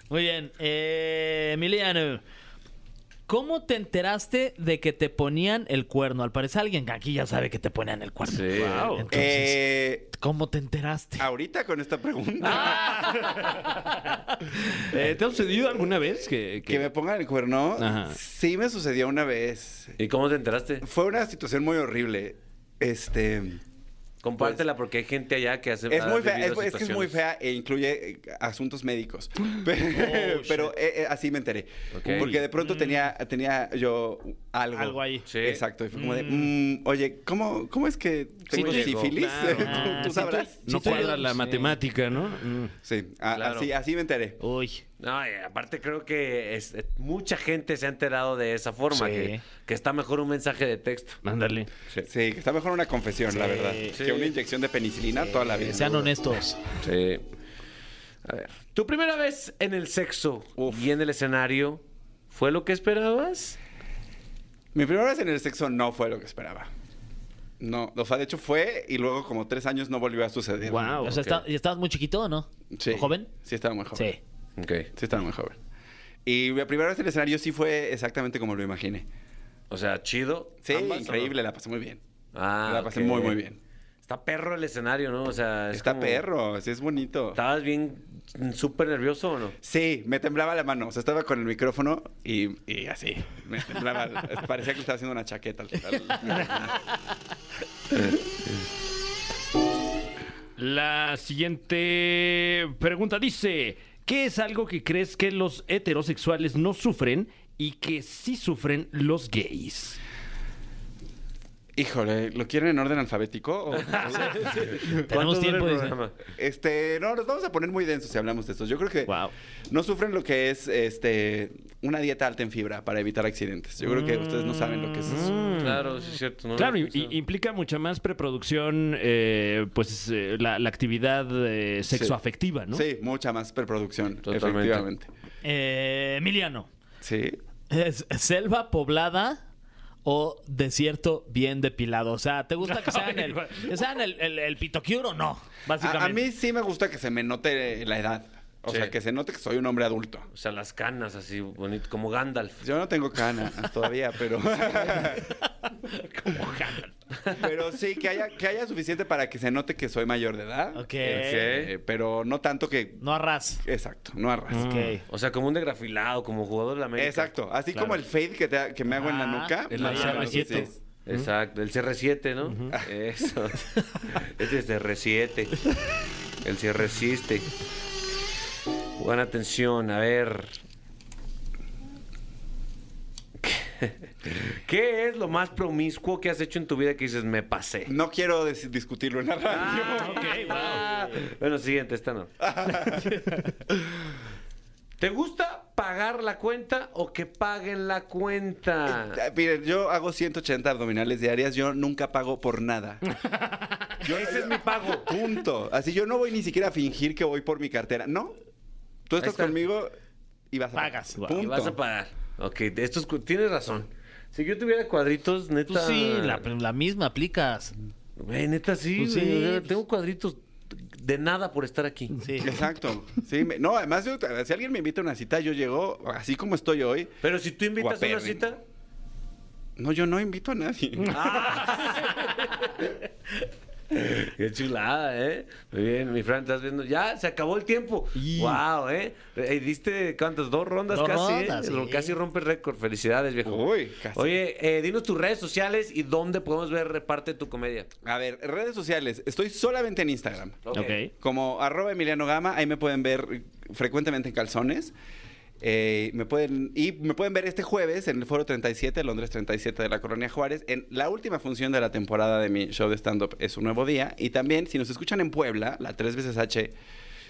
C: Muy bien. Eh, Emiliano, ¿Cómo te enteraste de que te ponían el cuerno? Al parecer alguien aquí ya sabe que te ponían el cuerno.
D: Sí. Wow.
C: Entonces,
F: Eh,
C: ¿cómo te enteraste?
F: ahorita con esta pregunta.
A: Ah.
B: Eh, ¿Te ha sucedido alguna vez que, que-
F: Que me pongan el cuerno,
B: Ajá.
F: sí me sucedió una vez.
A: ¿Y cómo te enteraste?
F: Fue una situación muy horrible. Este.
A: Compártela porque hay gente allá que hace.
F: Es
A: ha
F: muy fea, es,
A: vivido
F: es que es muy
A: situaciones.
F: fea e incluye eh, asuntos médicos. Pero, pero, eh, eh, así me enteré.
A: Oh, Ok. Mm.
F: Porque de pronto tenía, tenía yo algo.
C: Algo ahí.
A: Sí.
F: Exacto. Y fue como de, mm, oye, ¿cómo, ¿cómo es que tengo
A: tú-
F: sífilis?
A: claro.
F: ¿Tú-
C: Ah,
F: ¿Tú,
C: sí,
F: sabrás?
C: tú-
B: no
C: Sí, te-
B: cuadra la
C: sí.
B: matemática, no? Mm.
F: Sí, a-
A: Claro. Oh.
F: así, así me enteré.
C: Uy.
A: No, y aparte creo que es- eh, mucha gente se ha enterado de esa forma,
C: Sí.
A: que, que está mejor un mensaje de texto.
B: Ándale.
F: Sí, que está mejor una confesión, la verdad.
A: Sí.
F: Que una inyección de penicilina toda la vida.
C: Sean honestos.
A: Sí. A ver. ¿Tu primera vez en el sexo y en el escenario fue lo que esperabas?
F: Mi primera vez en el sexo no fue lo que esperaba. No, o sea, de hecho fue y luego como tres años no volvió a suceder.
B: Wow.
C: o sea, está- ¿y estabas muy chiquito o no?
F: Sí.
C: ¿O ¿Joven?
F: Sí, estaba muy joven.
C: Sí.
A: Ok.
F: Sí, estaba muy joven. Y la primera vez en el escenario sí fue exactamente como lo imaginé.
A: O sea, chido.
F: Sí,
A: ambas, ¿o no?
F: increíble, la pasé muy bien.
A: Ah,
F: la pasé
A: ok.
F: muy, muy bien.
A: Está perro el escenario, ¿no? O sea, es
F: Está
A: como-
F: perro, sí, es bonito.
A: ¿Estabas bien mm, súper nervioso o no?
F: Sí, me temblaba la mano. O sea, estaba con el micrófono y, y así. Me temblaba. Parecía que le estaba haciendo una chaqueta. al- al-
B: La siguiente pregunta dice: ¿Qué es algo que crees que los heterosexuales no sufren y que sí sufren los gays?
F: Híjole, ¿lo quieren en orden alfabético? o-
C: Tenemos
A: ¿Cuánto dura el
C: tiempo, dice.
A: programa?
F: Este, no, nos vamos a poner muy densos si hablamos de esto. Yo creo que
C: Wow.
F: no sufren lo que es este una dieta alta en fibra para evitar accidentes. Yo crro que ustedes no saben lo que es eso.
A: Mm. Claro, sí es cierto.
F: Ah,
A: no
B: Claro,
A: lo
B: y-
A: había
B: y-
A: pensado.
B: implica mucha más preproducción, eh, pues eh, la, la actividad eh, sexoafectiva, ¿no?
F: Sí, mucha más preproducción,
A: Totalmente.
F: efectivamente.
C: Eh, Emiliano.
F: Sí.
C: ¿Es selva poblada o desierto bien depilado? O sea, ¿te gusta que sean el, que sean el, el, el pitoquiuro o no? Básicamente.
F: A, a mí sí me gusta que se me note la edad. O
A: Sí.
F: sea, que se note que soy un hombre adulto.
A: O sea, las canas así, bonito, como Gandalf.
F: Yo no tengo canas todavía, pero. pero sí, que haya, que haya suficiente para que se note que soy mayor de edad.
C: Ok.
F: Eh, pero no tanto que.
C: No arras.
F: Exacto, no arras.
C: Ok.
A: O sea, como un degrafilado, como jugador de la América.
F: Exacto, así como el fade que, te- que me hago en la
C: Ah,
F: nuca.
C: el
F: más o menos
C: CR7.
F: así es.
A: Exacto, el CR7, ¿no? Eso. Este es CR7. El CR7. Buena atención, a ver. ¿Qué es lo más promiscuo que has hecho en tu vida que dices me pasé?
F: No quiero des- discutirlo en la radio.
A: Ah, Bueno, siguiente, esta no. ¿Te gusta pagar la cuenta o que paguen la cuenta?
F: Eh, Miren, yo hago 180 abdominales diarias, yo nunca pago por nada.
A: Ese es mi pago.
F: Punto. Así yo no voy ni siquiera a fingir que voy por mi cartera. No. Tú estás
A: está.
F: conmigo y vas a
C: Pagas,
F: pagar.
C: guau.
F: Punto.
A: Y vas a pagar. Ok, de estos cu- tienes razón. Si yo tuviera cuadritos, neta.
C: Tú Pues sí, la, la misma aplicas.
A: Güey, neta sí,
C: Pues sí,
A: güey, o sea,
C: pues-
A: tengo cuadritos de nada por estar aquí.
C: Sí.
F: Exacto. Sí, me- no, además, yo- si alguien me invita a una cita, yo llego así como estoy hoy.
A: Pero si tú invitas a una
F: Guapérrimo.
A: cita,
F: No, yo no invito a nadie.
A: Ah. Qué chulada, ¿eh? Muy bien, mi Fran, estás viendo. Ya, se acabó el tiempo. ¡Wow, eh! Eh, Diste, ¿cuántas? Dos rondas
C: Dos
A: casi. ¿eh?
C: rondas, sí.
A: Ro- Casi rompe récord. Felicidades, viejo.
F: Uy, casi.
A: Oye, eh, dinos tus redes sociales y dónde podemos ver reparte tu comedia.
F: A ver, redes sociales. Estoy solamente en Instagram.
A: Ok.
F: Como arroba Emiliano Gama, ahí me pueden ver frecuentemente en calzones. Eh, me pueden, y me pueden ver este jueves en el Foro 37, Londres 37 de la Colonia Juárez, en la última función de la temporada de mi show de stand-up Es un Nuevo Día. Y también, si nos escuchan en Puebla, la 3 veces H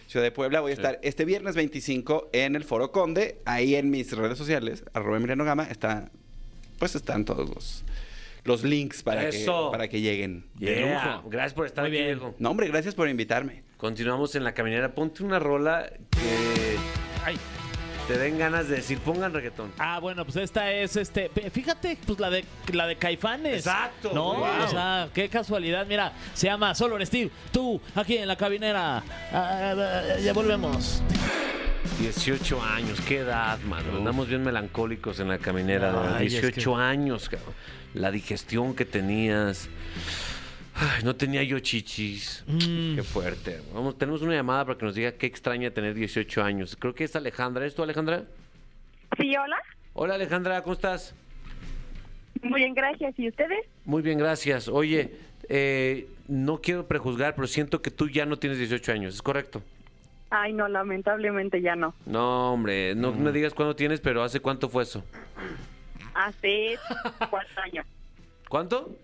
F: Ciudad de Puebla, voy a estar este viernes 25 en el Foro Conde. Ahí en mis redes sociales, arroba Emiliano Gama, está, pues están todos los, los links para que,
A: Eso.
F: para que lleguen.
A: Yeah. Gracias por estar aquí, viejo.
F: No, hombre, gracias por invitarme.
A: Continuamos en la caminera. Ponte una rola que
C: Ay.
A: te den ganas de decir, pongan reggaetón.
C: Ah, bueno, pues esta es este. pe- Fíjate, pues la de la de Caifanes.
A: Exacto,
C: No,
A: güey.
C: o sea, qué casualidad. Mira, se llama Solo en Steve. Tú, aquí en la cabinera. Ah, ah, ah, ya volvemos.
A: 18 años, qué edad, mano. Andamos bien melancólicos en la caminera. ¿no?
C: Ay, es
A: 18 años, cabrón. La digestión que tenías. Ay, no tenía yo chichis.
C: Mm.
A: Qué fuerte. Vamos, tenemos una llamada para que nos diga qué extraña tener 18 años. Creo que es Alejandra. ¿Es tú, Alejandra?
H: Sí, hola.
A: Hola, Alejandra, ¿cómo estás?
H: Muy bien, gracias. ¿Y ustedes?
A: Muy bien, gracias. Oye, eh, no quiero prejuzgar, pero siento que tú ya no tienes 18 años, ¿es correcto?
H: Ay, no, lamentablemente ya no.
A: No, hombre, no me digas cuándo tienes, pero ¿hace cuánto fue eso?
H: Hace cuatro años.
A: ¿Cuánto?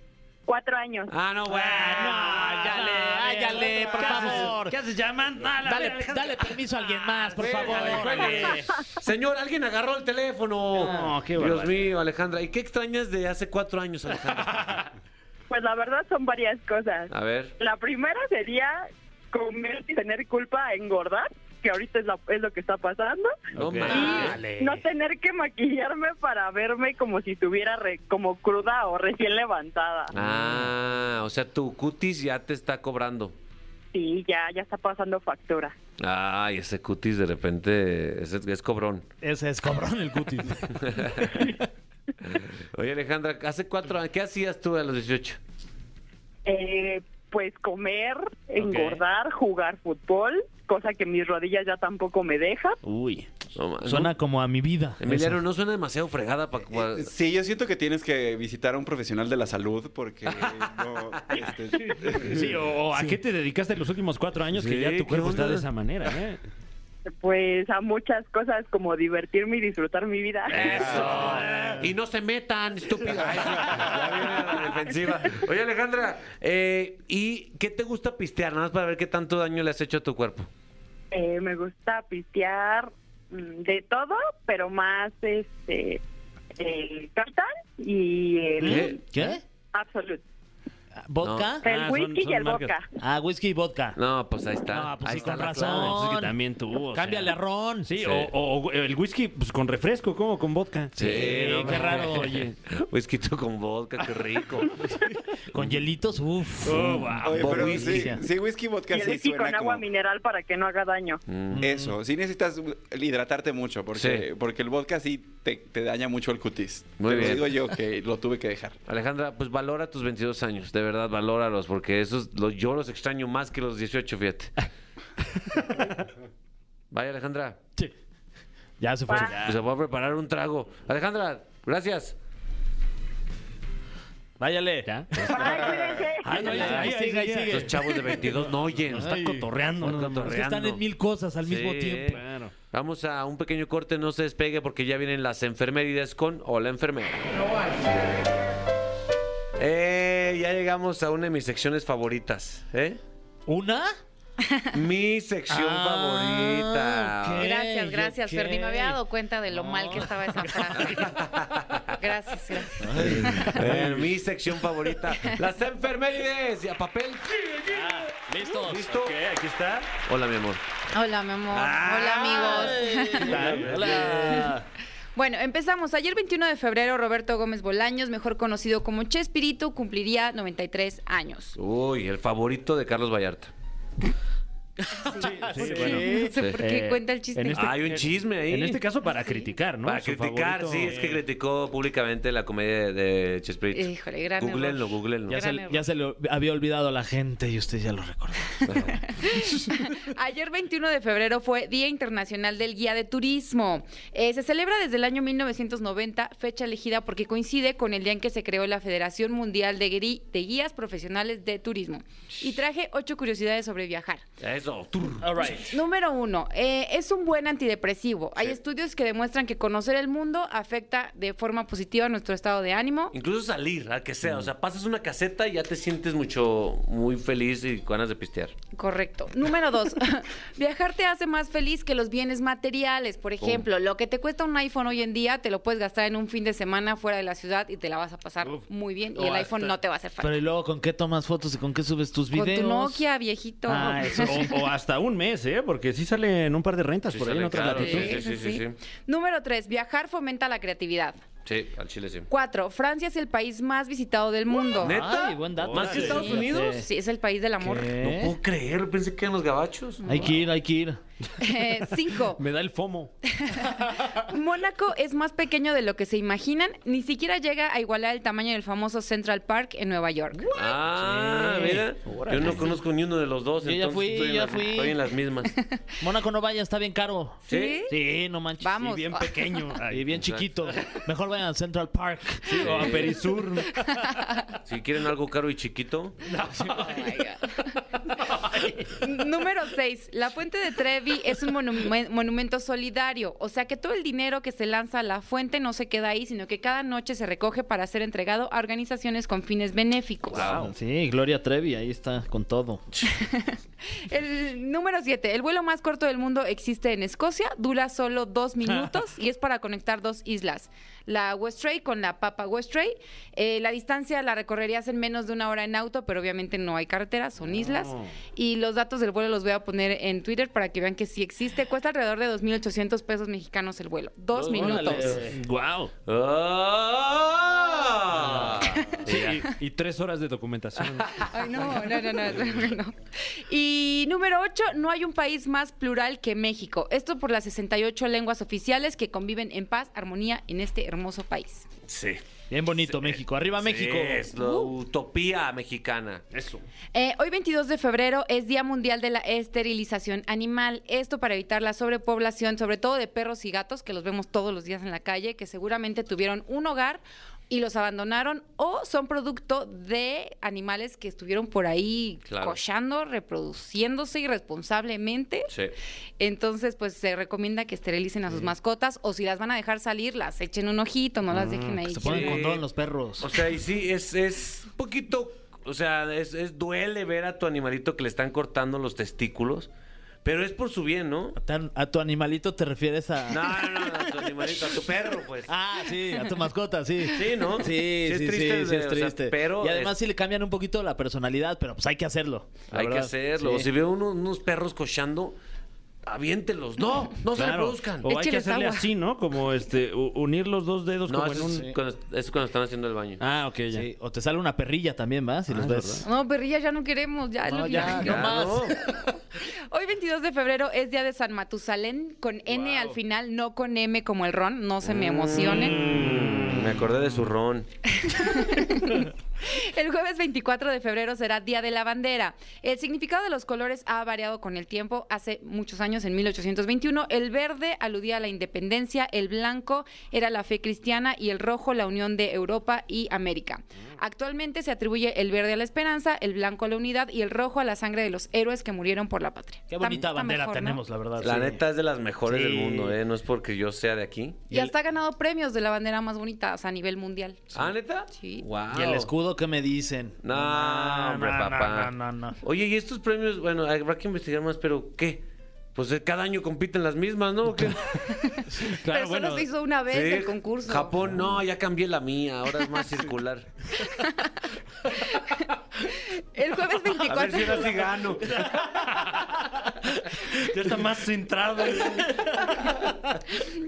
H: Cuatro años.
A: Ah, no, bueno.
B: Ah.
C: Áyale, áyale, Ah, por favor.
B: ¿Qué haces llamando?
C: Dale, dale permiso a alguien más, por favor.
A: Señor, alguien agarró el teléfono.
B: No, qué
A: Dios
B: barbaridad.
A: mío, Alejandra. ¿Y qué extrañas de hace cuatro años, Alejandra?
H: Pues la verdad son varias cosas.
A: A ver.
H: La primera sería comer y tener culpa a engordar, que ahorita es, la- es lo que está pasando.
A: No
B: Ok.
H: Y
A: mames.
C: Dale.
H: no tener que maquillarme para verme como si estuviera re- como cruda o recién levantada.
A: Ah, o sea, tu cutis ya te está cobrando.
H: Sí, ya, ya está pasando factura.
A: Ay, ese cutis de repente es, es cobrón.
C: Ese es cobrón el cutis.
A: Oye, Alejandra, hace cuatro años, ¿qué hacías tú a los 18?
H: Eh, pues comer, engordar, jugar fútbol, cosa que mis rodillas ya tampoco me dejan.
C: Uy.
A: No, ma-
B: Pues
C: Suena
A: no.
C: como a mi vida.
A: Emiliano,
C: Eso.
A: no suena demasiado fregada para...
F: Eh, Sí, yo siento que tienes que visitar a un profesional de la salud porque no, este,
B: Sí, o o a qué te dedicaste los últimos cuatro años
A: Sí,
B: que ya
A: ¿qué
B: tu cuerpo está
A: onda?
B: de esa manera, ¿eh?
H: Pues a muchas cosas como divertirme y disfrutar mi vida.
B: Eh.
A: ¡Eso! Y no se metan, estúpida. Ya viene la defensiva. Oye, Alejandra, eh, ¿y qué te gusta pistear? Nada más para ver qué tanto daño le has hecho a tu cuerpo.
H: Eh, me gusta pistear mm, de todo, pero más este el Captain y el
A: ¿Eh?
C: ¿Qué?
H: Absolute.
C: ¿Vodka?
H: El
B: Ah, son-
H: whisky
B: son
H: y el
B: marcas.
H: vodka.
C: Ah, whisky y vodka.
A: No, pues ahí está.
C: Ah, pues
A: ahí
C: sí,
A: está
C: con
A: la
C: razón.
A: clave.
B: Pues es que también tú. o sea.
C: Cámbiale a ron.
B: Sí,
A: Sí.
B: O, o el whisky pues, con refresco, ¿cómo? Con vodka.
A: Sí, no
C: qué
A: mames.
C: raro, oye.
A: Whisky con vodka, qué rico.
C: Con hielitos, uff.
B: Oh, wow.
F: Oye,
C: Con
F: pero
C: whisky.
F: sí, sí, whisky vodka
H: Ah, Y el
F: sí
H: whisky con
F: suena
H: agua
F: como
H: mineral para que no haga daño.
F: eso. Sí necesitas hidratarte mucho porque,
A: Sí.
F: porque el vodka sí te, te daña mucho el cutis.
A: Muy
F: te
A: bien.
F: lo digo yo que lo tuve que dejar.
A: Alejandra, pues valora tus 22 años, de verdad, valóralos, porque esos los, yo los extraño más que los 18, fíjate. Vaya, Alejandra,
B: Sí.
C: Ya se fue.
H: Ah,
A: pues se va a preparar un trago. Alejandra, gracias.
C: Váyale.
H: Ay, cuídense.
C: Ay, no, ahí sigue, ahí sigue, ahí sigue.
A: Los chavos de 22 no oyen.
C: Nos están cotorreando.
A: Están
C: nada más. Es que
A: cotorreando.
C: están en mil cosas al mismo
A: Sí.
C: tiempo.
B: Claro.
A: Vamos a un pequeño corte, no se despegue porque ya vienen las enfermerides con Hola Enfermera. Eh, ya llegamos a una de mis secciones favoritas. ¿eh?
C: ¿Una?
A: Mi sección
C: Ah,
A: favorita.
C: ok.
I: Gracias, gracias,
C: ok.
I: Ferdi. Me había dado cuenta de lo
C: No.
I: mal que estaba esa frase. Gracias, gracias.
A: Eh, mi sección favorita. Las enfermerides. Y a papel.
C: Listos.
A: ¿Listo?
B: Ok, aquí está.
A: Hola, mi amor.
B: Ah.
I: Hola, mi amor. Ah, Hola, amigos.
C: Hola.
I: Bueno, empezamos. Ayer 21 de febrero, Roberto Gómez Bolaños, mejor conocido como Chespirito, cumpliría 93 años.
A: Uy, el favorito de Carlos Vallarta.
B: Sí,
I: Sí,
B: bueno.
I: No sé por qué
B: Eh,
I: cuenta el chiste.
B: en este-
A: Hay un chisme ahí.
B: En este caso para criticar, ¿no?
A: Para
B: Su
A: criticar,
B: favorito.
A: sí, es que criticó públicamente la comedia de Chespirito.
I: Híjole, gran
A: Googleenlo,
I: error.
A: googleenlo.
C: Ya se,
I: error.
C: ya se le había olvidado a la gente y usted ya lo recordó.
I: Ayer 21 de febrero fue Día Internacional del Guía de Turismo. Eh, se celebra desde el año 1990, fecha elegida porque coincide con el día en que se creó la Federación Mundial de, Gri- de Guías Profesionales de Turismo. Y traje ocho curiosidades sobre viajar.
A: Eso. tur.
I: Número uno, eh, es un buen antidepresivo. Hay estudios que demuestran que conocer el mundo afecta de forma positiva nuestro estado de ánimo. Mm.
A: Incluso salir, a que sea. O sea, pasas una caseta y ya te sientes mucho, muy feliz y con ganas de pistear.
I: Correcto. Número dos, viajar te hace más feliz que los bienes materiales. Por ejemplo, lo que te cuesta un iPhone hoy en día, te lo puedes gastar en un fin de semana fuera de la ciudad y te la vas a pasar muy bien. Y el iPhone no te va a hacer
C: Pero
I: falta.
C: y luego, ¿con qué tomas fotos y con qué subes tus
I: Con
C: videos?
I: tu Nokia, viejito.
C: Ah, eso.
B: O, o hasta un mes, ¿eh? Porque sí salen un par de rentas
A: Sí
B: por ahí en
A: sale
B: otras
A: caro,
B: latitudes.
A: sí, sí, sí, sí, sí.
I: Número tres, viajar fomenta la creatividad.
J: Sí, al Chile sí.
I: Cuatro, Francia es el país más visitado del mundo.
A: ¿Neta?
C: Ay, buen dato.
A: ¿Más que
C: Sí,
A: Estados
I: Sí,
A: Unidos?
I: Sí, es el país del amor.
A: No puedo creer, pensé que eran los gabachos.
C: Hay que ir, hay que ir.
I: Eh, cinco,
B: Me da el fomo.
I: Mónaco es más pequeño de lo que se imaginan. Ni siquiera llega a igualar el tamaño del famoso Central Park en Nueva York.
A: Ah, mira. Yo no conozco ni uno de los dos.
C: Yo ya
A: entonces
C: fui,
A: estoy en
C: ya
A: las-
C: fui.
A: Estoy en las mismas.
C: Mónaco, no vayan, está bien caro.
I: ¿Sí?
C: Sí, no manches.
I: Vamos.
C: Y bien pequeño. Y bien
A: exacto.
C: chiquito. Mejor vayan al Central Park.
B: O a Perisur.
A: Si quieren algo caro y chiquito,
C: Oh
I: Número 6. La Fuente de Trevi es un monumen- monumento solidario, o sea que todo el dinero que se lanza a la fuente no se queda ahí, sino que cada noche se recoge para ser entregado a organizaciones con fines benéficos.
C: Ah, Sí, Gloria Trevi, ahí está con todo.
I: El número 7. El vuelo más corto del mundo existe en Escocia, dura solo dos minutos y es para conectar dos islas, la Westray con la Papa Westray. Eh, la distancia la recorrerías en menos de una hora en auto, pero obviamente no hay carreteras, son islas. Y los datos del vuelo los voy a poner en Twitter para que vean que sí existe. Cuesta alrededor de 2.800 pesos mexicanos el vuelo. Dos minutos.
B: Wow.
A: ¡Ah!
B: y, y tres horas de documentación.
I: Ay, no, no, no, no, no, no. Y número 8, no hay un país más plural que México. Esto por las 68 lenguas oficiales que conviven en paz, armonía en este hermoso país.
A: sí.
C: Bien bonito, México. Arriba, México. Uh.
A: Sí, Es la utopía mexicana.
I: Eh, hoy 22 de febrero es Día Mundial de la Esterilización Animal. Esto para evitar la sobrepoblación, sobre todo de perros y gatos, que los vemos todos los días en la calle, que seguramente tuvieron un hogar y los abandonaron o son producto de animales que estuvieron por ahí
J: Claro.
I: cochando, reproduciéndose irresponsablemente.
J: Sí.
I: Entonces, pues se recomienda que esterilicen a sus mascotas o si las van a dejar salir, las echen un ojito, no las dejen ahí.
C: Se ponen
A: Sí.
C: condón los perros.
A: O sea, y sí, es, es un poquito, o sea, es, es- duele ver a tu animalito que le están cortando los testículos, pero es por su bien, ¿no?
C: Tan- ¿A tu animalito te refieres a...?
A: No, no, no, a tu animalito, a tu perro, pues.
C: Ah, sí, a tu mascota, sí.
A: Sí, ¿no?
C: Sí,
A: Sí es
C: sí, sí,
A: triste,
C: sí, es
A: o sea,
C: triste.
A: pero
C: y además
A: es-
C: sí le cambian un poquito la personalidad, pero pues hay que hacerlo. la
A: Hay que
C: verdad.
A: hacerlo.
C: Sí.
A: Si veo uno- unos perros cochando, aviéntelos. No, no se
B: Claro.
A: reproduzcan.
B: O hay que
I: Écheles
B: hacerle
I: agua.
B: así, ¿no? Como este, u- unir los dos dedos
A: No,
B: como
A: eso
B: en un.
A: es, cuando, eso es cuando están haciendo el baño.
B: Ah, ok, ya.
C: Sí, O te sale una perrilla también, ¿va?
A: Ah,
C: Si los ves.
I: No, perrilla, ya no queremos, ya es lo
C: No,
I: que-
C: ya,
A: Ya,
C: no más.
A: no.
I: Hoy 22 de febrero es día de San Matusalén con N al final, no con M como el ron, no se me emocionen.
A: Mm, me acordé de su ron.
I: El jueves 24 de febrero será Día de la Bandera. El significado de los colores ha variado con el tiempo. Hace muchos años, en 1821, el verde aludía a la independencia, el blanco era la fe cristiana y el rojo la unión de Europa y América. Actualmente se atribuye el verde a la esperanza, el blanco a la unidad y el rojo a la sangre de los héroes que murieron por la patria.
C: Qué
I: Está-
C: bonita
I: está
C: bandera
I: mejor, ¿no?
C: tenemos, la verdad.
A: La
C: Ah, sí.
A: neta es de las mejores
C: Sí.
A: del mundo, ¿eh? No es porque yo sea de aquí.
I: Y hasta ha ganado premios de la bandera más bonita o sea, a nivel mundial.
A: ¿Ah, neta?
I: Sí.
A: Wow.
C: ¿Y el escudo que me dicen?
A: No, hombre, papá.
C: No, no, no.
A: Oye, y estos premios, bueno, habrá que investigar más, pero ¿qué? Pues eh, cada año compiten las mismas, ¿no? ¿O qué?
I: Pero solo se hizo una vez
A: Sí.
I: el concurso.
A: Japón, no, ya cambié la mía, ahora es más circular.
I: El jueves
A: A ver
I: 24.
A: si ahora sí gano.
B: Ya está más centrado.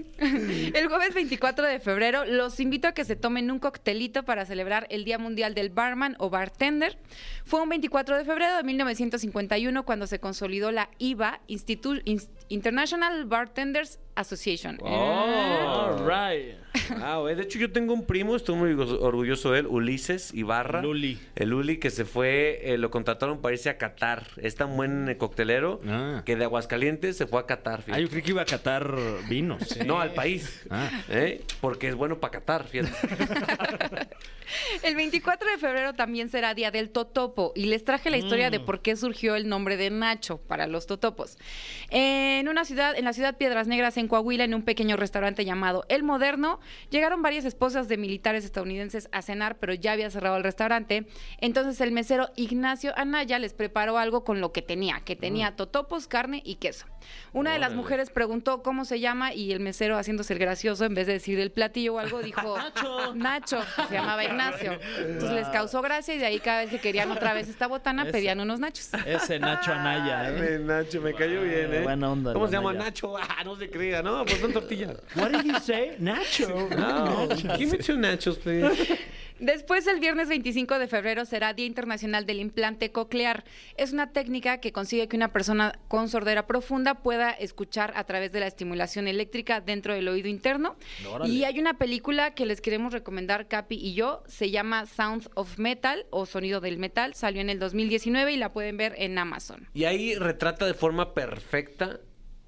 I: El jueves 24 de febrero los invito a que se tomen un coctelito para celebrar el Día Mundial del Barman o Bartender. Fue un 24 de febrero de 1951 cuando se consolidó la IBA, Institu- Inst- International Bartenders Association.
A: Oh, wow, eh, De hecho, yo tengo un primo, estoy muy orgulloso de él, Ulises Ibarra.
C: Luli.
A: El Uli que se fue, eh, lo contrataron para irse a Qatar. Es tan buen eh, coctelero
B: Ah.
A: que de Aguascalientes se fue a Qatar.
B: Ah,
A: fíjate.
B: yo creí que iba a catar vinos.
A: No, al país.
B: Ah.
A: ¿Eh? Porque es bueno para Qatar, fíjate.
I: El 24 de febrero también será Día del Totopo y les traje la historia de por qué surgió el nombre de Nacho para los totopos. En una ciudad, en la ciudad Piedras Negras, en Coahuila, en un pequeño restaurante llamado El Moderno, llegaron varias esposas de militares estadounidenses a cenar, pero ya había cerrado el restaurante. Entonces el mesero Ignacio Anaya les preparó algo con lo que tenía, que tenía totopos, carne y queso. Una de las
A: Órale.
I: mujeres preguntó cómo se llama y el mesero, haciéndose el gracioso, en vez de decir el platillo o algo, dijo Nacho, que se llamaba Ignacio. Entonces Pues les causó gracia y de ahí cada vez que querían otra vez esta botana,
C: Ese.
I: pedían unos nachos.
C: Ese Nacho Anaya, ¿eh?
A: Ah, Nacho, me cayó bien, ¿eh?
C: Buena onda,
A: ¿Cómo
C: la
A: se llama
C: Naya.
A: Nacho? Ah, no se cree. diga, no, pues son tortillas.
B: What did you say? Nacho.
A: No, give me two nachos, please.
I: Después, el viernes 25 de febrero será Día Internacional del Implante Coclear. Es una técnica que consigue que una persona con sordera profunda pueda escuchar a través de la estimulación eléctrica dentro del oído interno.
B: Órale.
I: Y hay una película que les queremos recomendar, Capi y yo. Se llama Sound of Metal o Sonido del Metal. Salió en el 2019 y la pueden ver en Amazon.
A: Y ahí retrata de forma perfecta,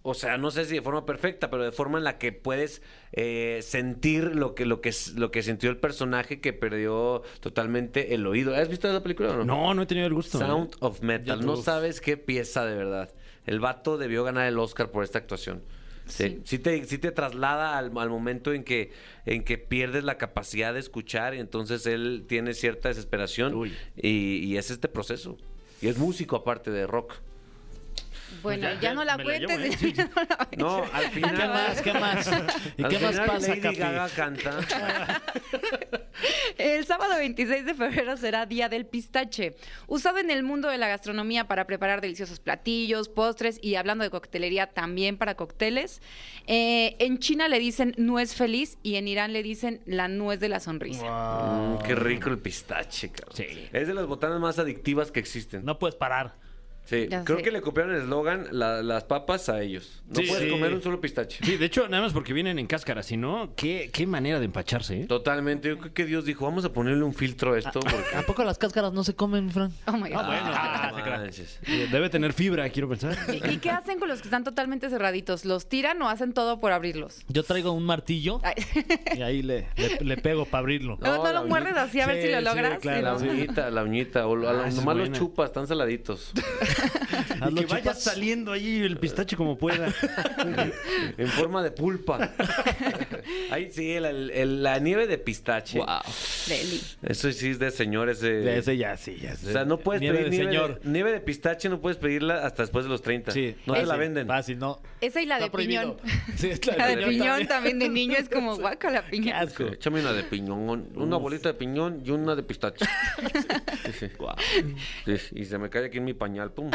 A: o sea, no sé si de forma perfecta, pero de forma en la que puedes eh, sentir lo que, lo, que, lo que sintió el personaje que perdió totalmente el oído. ¿Has visto la película o no?
B: No, no he tenido el gusto. ¿eh?
A: Sound of Metal.
B: Yo
A: No
B: tampoco.
A: sabes qué pieza de verdad. El vato debió ganar el Oscar por esta actuación. Sí,
I: Sí.
A: sí te, sí te traslada al, al momento en que, en que pierdes la capacidad de escuchar y entonces él tiene cierta desesperación
B: Uy.
A: y, y es este proceso. Y es músico aparte de rock.
I: Bueno, ya,
B: Pues ya
I: no la
B: me la llevo,
I: cuentes.
B: ¿eh? Sí, sí.
I: no la voy a
A: No,
I: echar.
A: al
C: ¿Y qué
A: final
C: más? ¿Qué más? ¿Y
A: al
C: qué más
A: final
C: pasa,
A: Lady
C: Capi?
A: Gaga canta.
I: El sábado 26 de febrero será Día del Pistache, usado en el mundo de la gastronomía para preparar deliciosos platillos, postres y hablando de coctelería también para cócteles. Eh, en China le dicen nuez feliz y en Irán le dicen la nuez de la sonrisa.
A: Mm, qué rico el pistache, cabrón.
C: Sí.
A: Es de las botanas más adictivas que existen.
C: No puedes parar.
A: Sí,
I: Ya
A: creo
I: sé.
A: que le copiaron el eslogan la- las papas a ellos. No
B: Sí,
A: puedes
B: sí.
A: comer un solo pistache.
B: Sí, de hecho, nada más porque vienen en cáscara, si no, qué, qué manera de empacharse, ¿eh?
A: Totalmente. Yo creo que Dios dijo, vamos a ponerle un filtro a esto porque...
C: ¿A poco las cáscaras no se comen, Fran?
I: Oh my God.
A: Ah,
B: se crea.
A: manches.
B: Eh, Debe tener fibra, quiero pensar.
I: ¿Y, y qué hacen con los que están totalmente cerraditos? ¿Los tiran o hacen todo por abrirlos?
C: Yo traigo un martillo
I: Ay,
C: y ahí le, le- le pego para abrirlo.
I: No,
A: No,
I: no
A: la
I: lo muerdes
A: uñita.
I: así a ver si
C: Sí,
I: lo
C: sí,
I: logras. Sí,
C: claro,
A: La
I: ¿no?
C: sí.
A: uñita, la uñita. O, lo- a lo-
B: Ah, esa es
A: nomás los
B: buena.
A: chupas, están saladitos.
B: Y
C: Hazlo
B: que vaya
C: chupas.
B: saliendo ahí el pistache como pueda.
A: en forma de pulpa. Ahí sí, el- el- el- la nieve de pistache.
I: Deli.
A: Eso sí es de señores. eh.
C: De ese ya, sí, ya.
A: O sea, no puedes
C: Nieve
A: pedir
C: de
A: nieve,
C: señor.
A: De, nieve de pistache, no puedes pedirla hasta después de los 30.
B: Sí.
A: no te la
I: Fácil,
A: venden.
C: Fácil, ¿no?
I: Esa y la de
C: Está prohibido.
I: piñón.
C: Sí, es
I: La de piñón
C: también.
I: también de niño es como guaca la
C: Qué
I: piñón.
C: asco.
A: Este, Échame una de piñón, una bolita de piñón y una de pistache. Sí, sí. Sí, sí, y se me cae aquí en mi pañal, pum.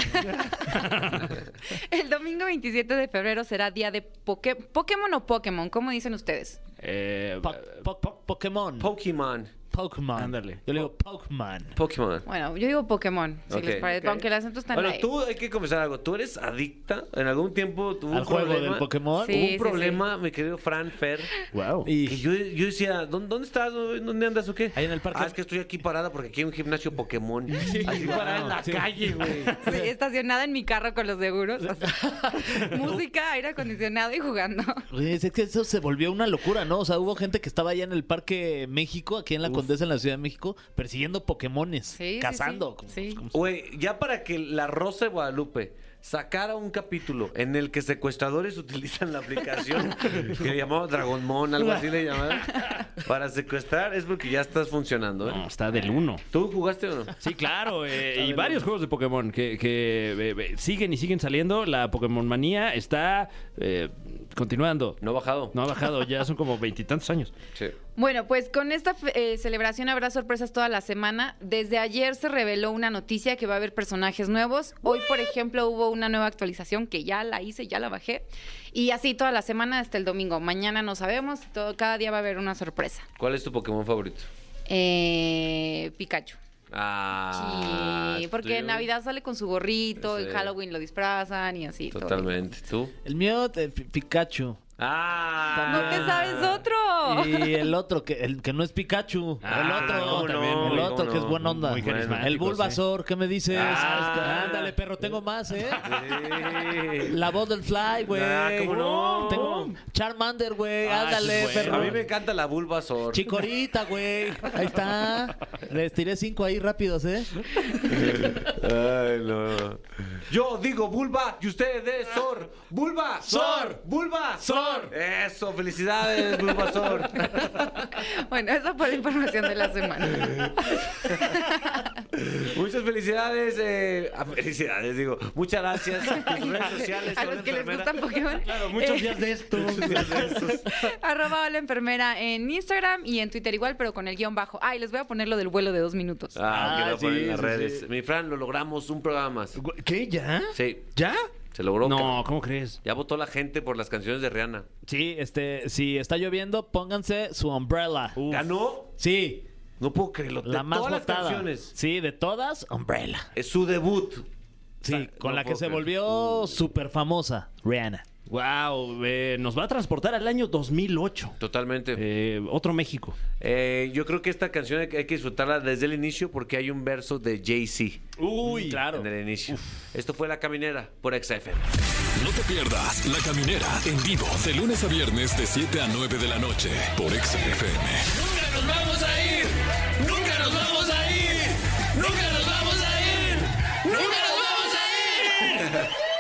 I: El domingo 27 de febrero será día de Poké- Pokémon o Pokémon, ¿cómo dicen ustedes?
B: Eh,
C: Po- po- po- Pokémon.
A: Pokémon.
C: Pokémon.
B: Ándale.
C: Yo le digo Pokémon.
A: Pokémon.
I: Bueno, yo digo Pokémon, si
A: Ok,
I: les parece,
A: ok.
I: aunque el acento está en
A: Bueno,
I: la E.
A: tú hay que confesar algo. Tú eres adicta. En algún tiempo tuvo
C: Al
A: un
C: juego
A: problema.
C: del Pokémon.
I: Sí,
A: Hubo un
I: sí,
A: problema, mi querido Fran Fer.
B: wow.
C: Y-
A: Que yo, yo decía, ¿dónde, dónde estás? ¿Dónde andas o qué?
C: Ahí en el parque.
A: Ah, es que estoy aquí parada porque aquí hay un gimnasio Pokémon. Así "Ah,
C: wow,
A: parada en la
C: sí.
A: calle, güey.
I: Sí, estacionada en mi carro con los seguros. o sea, música, aire acondicionado y jugando.
C: Pues, es que eso se volvió una locura, ¿no? O sea, hubo gente que estaba allá en el Parque México, aquí en la Condesa, en la Ciudad de México, persiguiendo Pokémones,
I: Sí, sí,
C: cazando.
I: sí.
C: como-
A: Güey, ya para que la Rosa de Guadalupe sacara un capítulo en el que secuestradores utilizan la aplicación que le llamaba Dragonmon, algo así le llamaban, para secuestrar, es porque ya estás funcionando, ¿eh?
B: No, está del uno.
A: ¿Tú jugaste o no?
B: Sí, claro. eh, y varios juegos de Pokémon que, que, eh, eh, siguen y siguen saliendo. La Pokémon manía está eh, continuando.
A: No ha bajado.
B: No ha bajado, ya son como veintitantos años.
A: Sí.
I: Bueno, pues con esta fe- eh, celebración habrá sorpresas toda la semana. Desde ayer se reveló una noticia que va a haber personajes nuevos. Hoy, por ejemplo, hubo una nueva actualización que ya la hice, ya la bajé. Y así toda la semana hasta el domingo. Mañana no sabemos, todo, cada día va a haber una sorpresa.
A: ¿Cuál es tu Pokémon favorito?
I: Eh, Pikachu.
A: Ah.
I: sí, porque en
A: tú-
I: Navidad sale con su gorrito,
A: Sí.
I: en Halloween lo disfrazan y así. todo
A: Totalmente. ¿Tú?
C: El mío, eh, Pi- Pikachu.
A: Ah.
I: bien. ¡No te sabes otro!
C: Y el otro, que, el que no es Pikachu.
A: Ah,
C: el otro,
A: ¿cómo no?
C: el otro
A: ¿Cómo
C: que es
A: no?
C: buena onda.
A: Muy carismáticos,
C: el Bulbasaur, ¿qué me dices?
A: Ah, está.
C: Ándale, perro, tengo más, ¿eh?
A: Sí.
C: La voz del Fly, güey. Uh,
A: Ah, ¿cómo no?
C: Tengo Charmander, güey.
A: Ah,
C: Ándale,
A: sí, güey.
C: perro.
A: A mí me encanta la Bulbasaur.
C: Chicorita, güey. Ahí está. Les tiré cinco ahí rápidos, ¿eh?
A: Ay, no. Yo digo vulva y ustedes sor. Vulva, sor, vulva, sor. Eso, felicidades, vulva, sor.
I: Bueno, esa fue la información de la semana.
A: Muchas felicidades, eh, ah, felicidades, digo. Muchas gracias a tus redes sociales.
I: A
A: hola,
I: los que les
A: enfermera.
I: gustan Pokémon.
B: Claro, muchos
I: eh,
B: días de esto.
I: Arroba la enfermera en Instagram y en Twitter igual, pero con el guión bajo. Ay, les voy a poner lo del vuelo de dos minutos.
A: Ah,
B: Ah,
A: que lo
B: sí,
A: ponen en las
B: sí,
A: redes. Mi Fran, lo logramos, un programa más.
B: ¿Qué? ¿Ya?
A: Sí.
B: ¿Ya?
A: Se logró.
B: No,
A: cabrón.
B: ¿cómo crees?
A: Ya votó la gente por las canciones de Rihanna.
C: Sí, este, si está lloviendo, pónganse su umbrella.
A: ¿Ganó?
C: Sí,
A: No puedo creerlo.
C: la
A: de
C: más
A: todas
C: votada.
A: las canciones.
C: Sí, de todas, umbrella.
A: Es su debut.
C: Sí,
A: O sea,
C: con
A: no
C: la que
A: puedo
C: se
A: creer.
C: volvió súper famosa, Rihanna.
B: Wow, eh, nos va a transportar al año 2008.
A: Totalmente.
B: Eh, otro México.
A: Eh, yo creo que esta canción hay que hay que disfrutarla desde el inicio porque hay un verso de Jay-Z
C: Uy, claro.
A: en el inicio. Esto fue La Caminera por XFM.
G: No te pierdas La Caminera en vivo de lunes a viernes de 7 a 9 de la noche por XFM. Nunca nos vamos a ir. Nunca nos vamos a ir. Nunca nos vamos a ir. Nunca nos vamos a ir.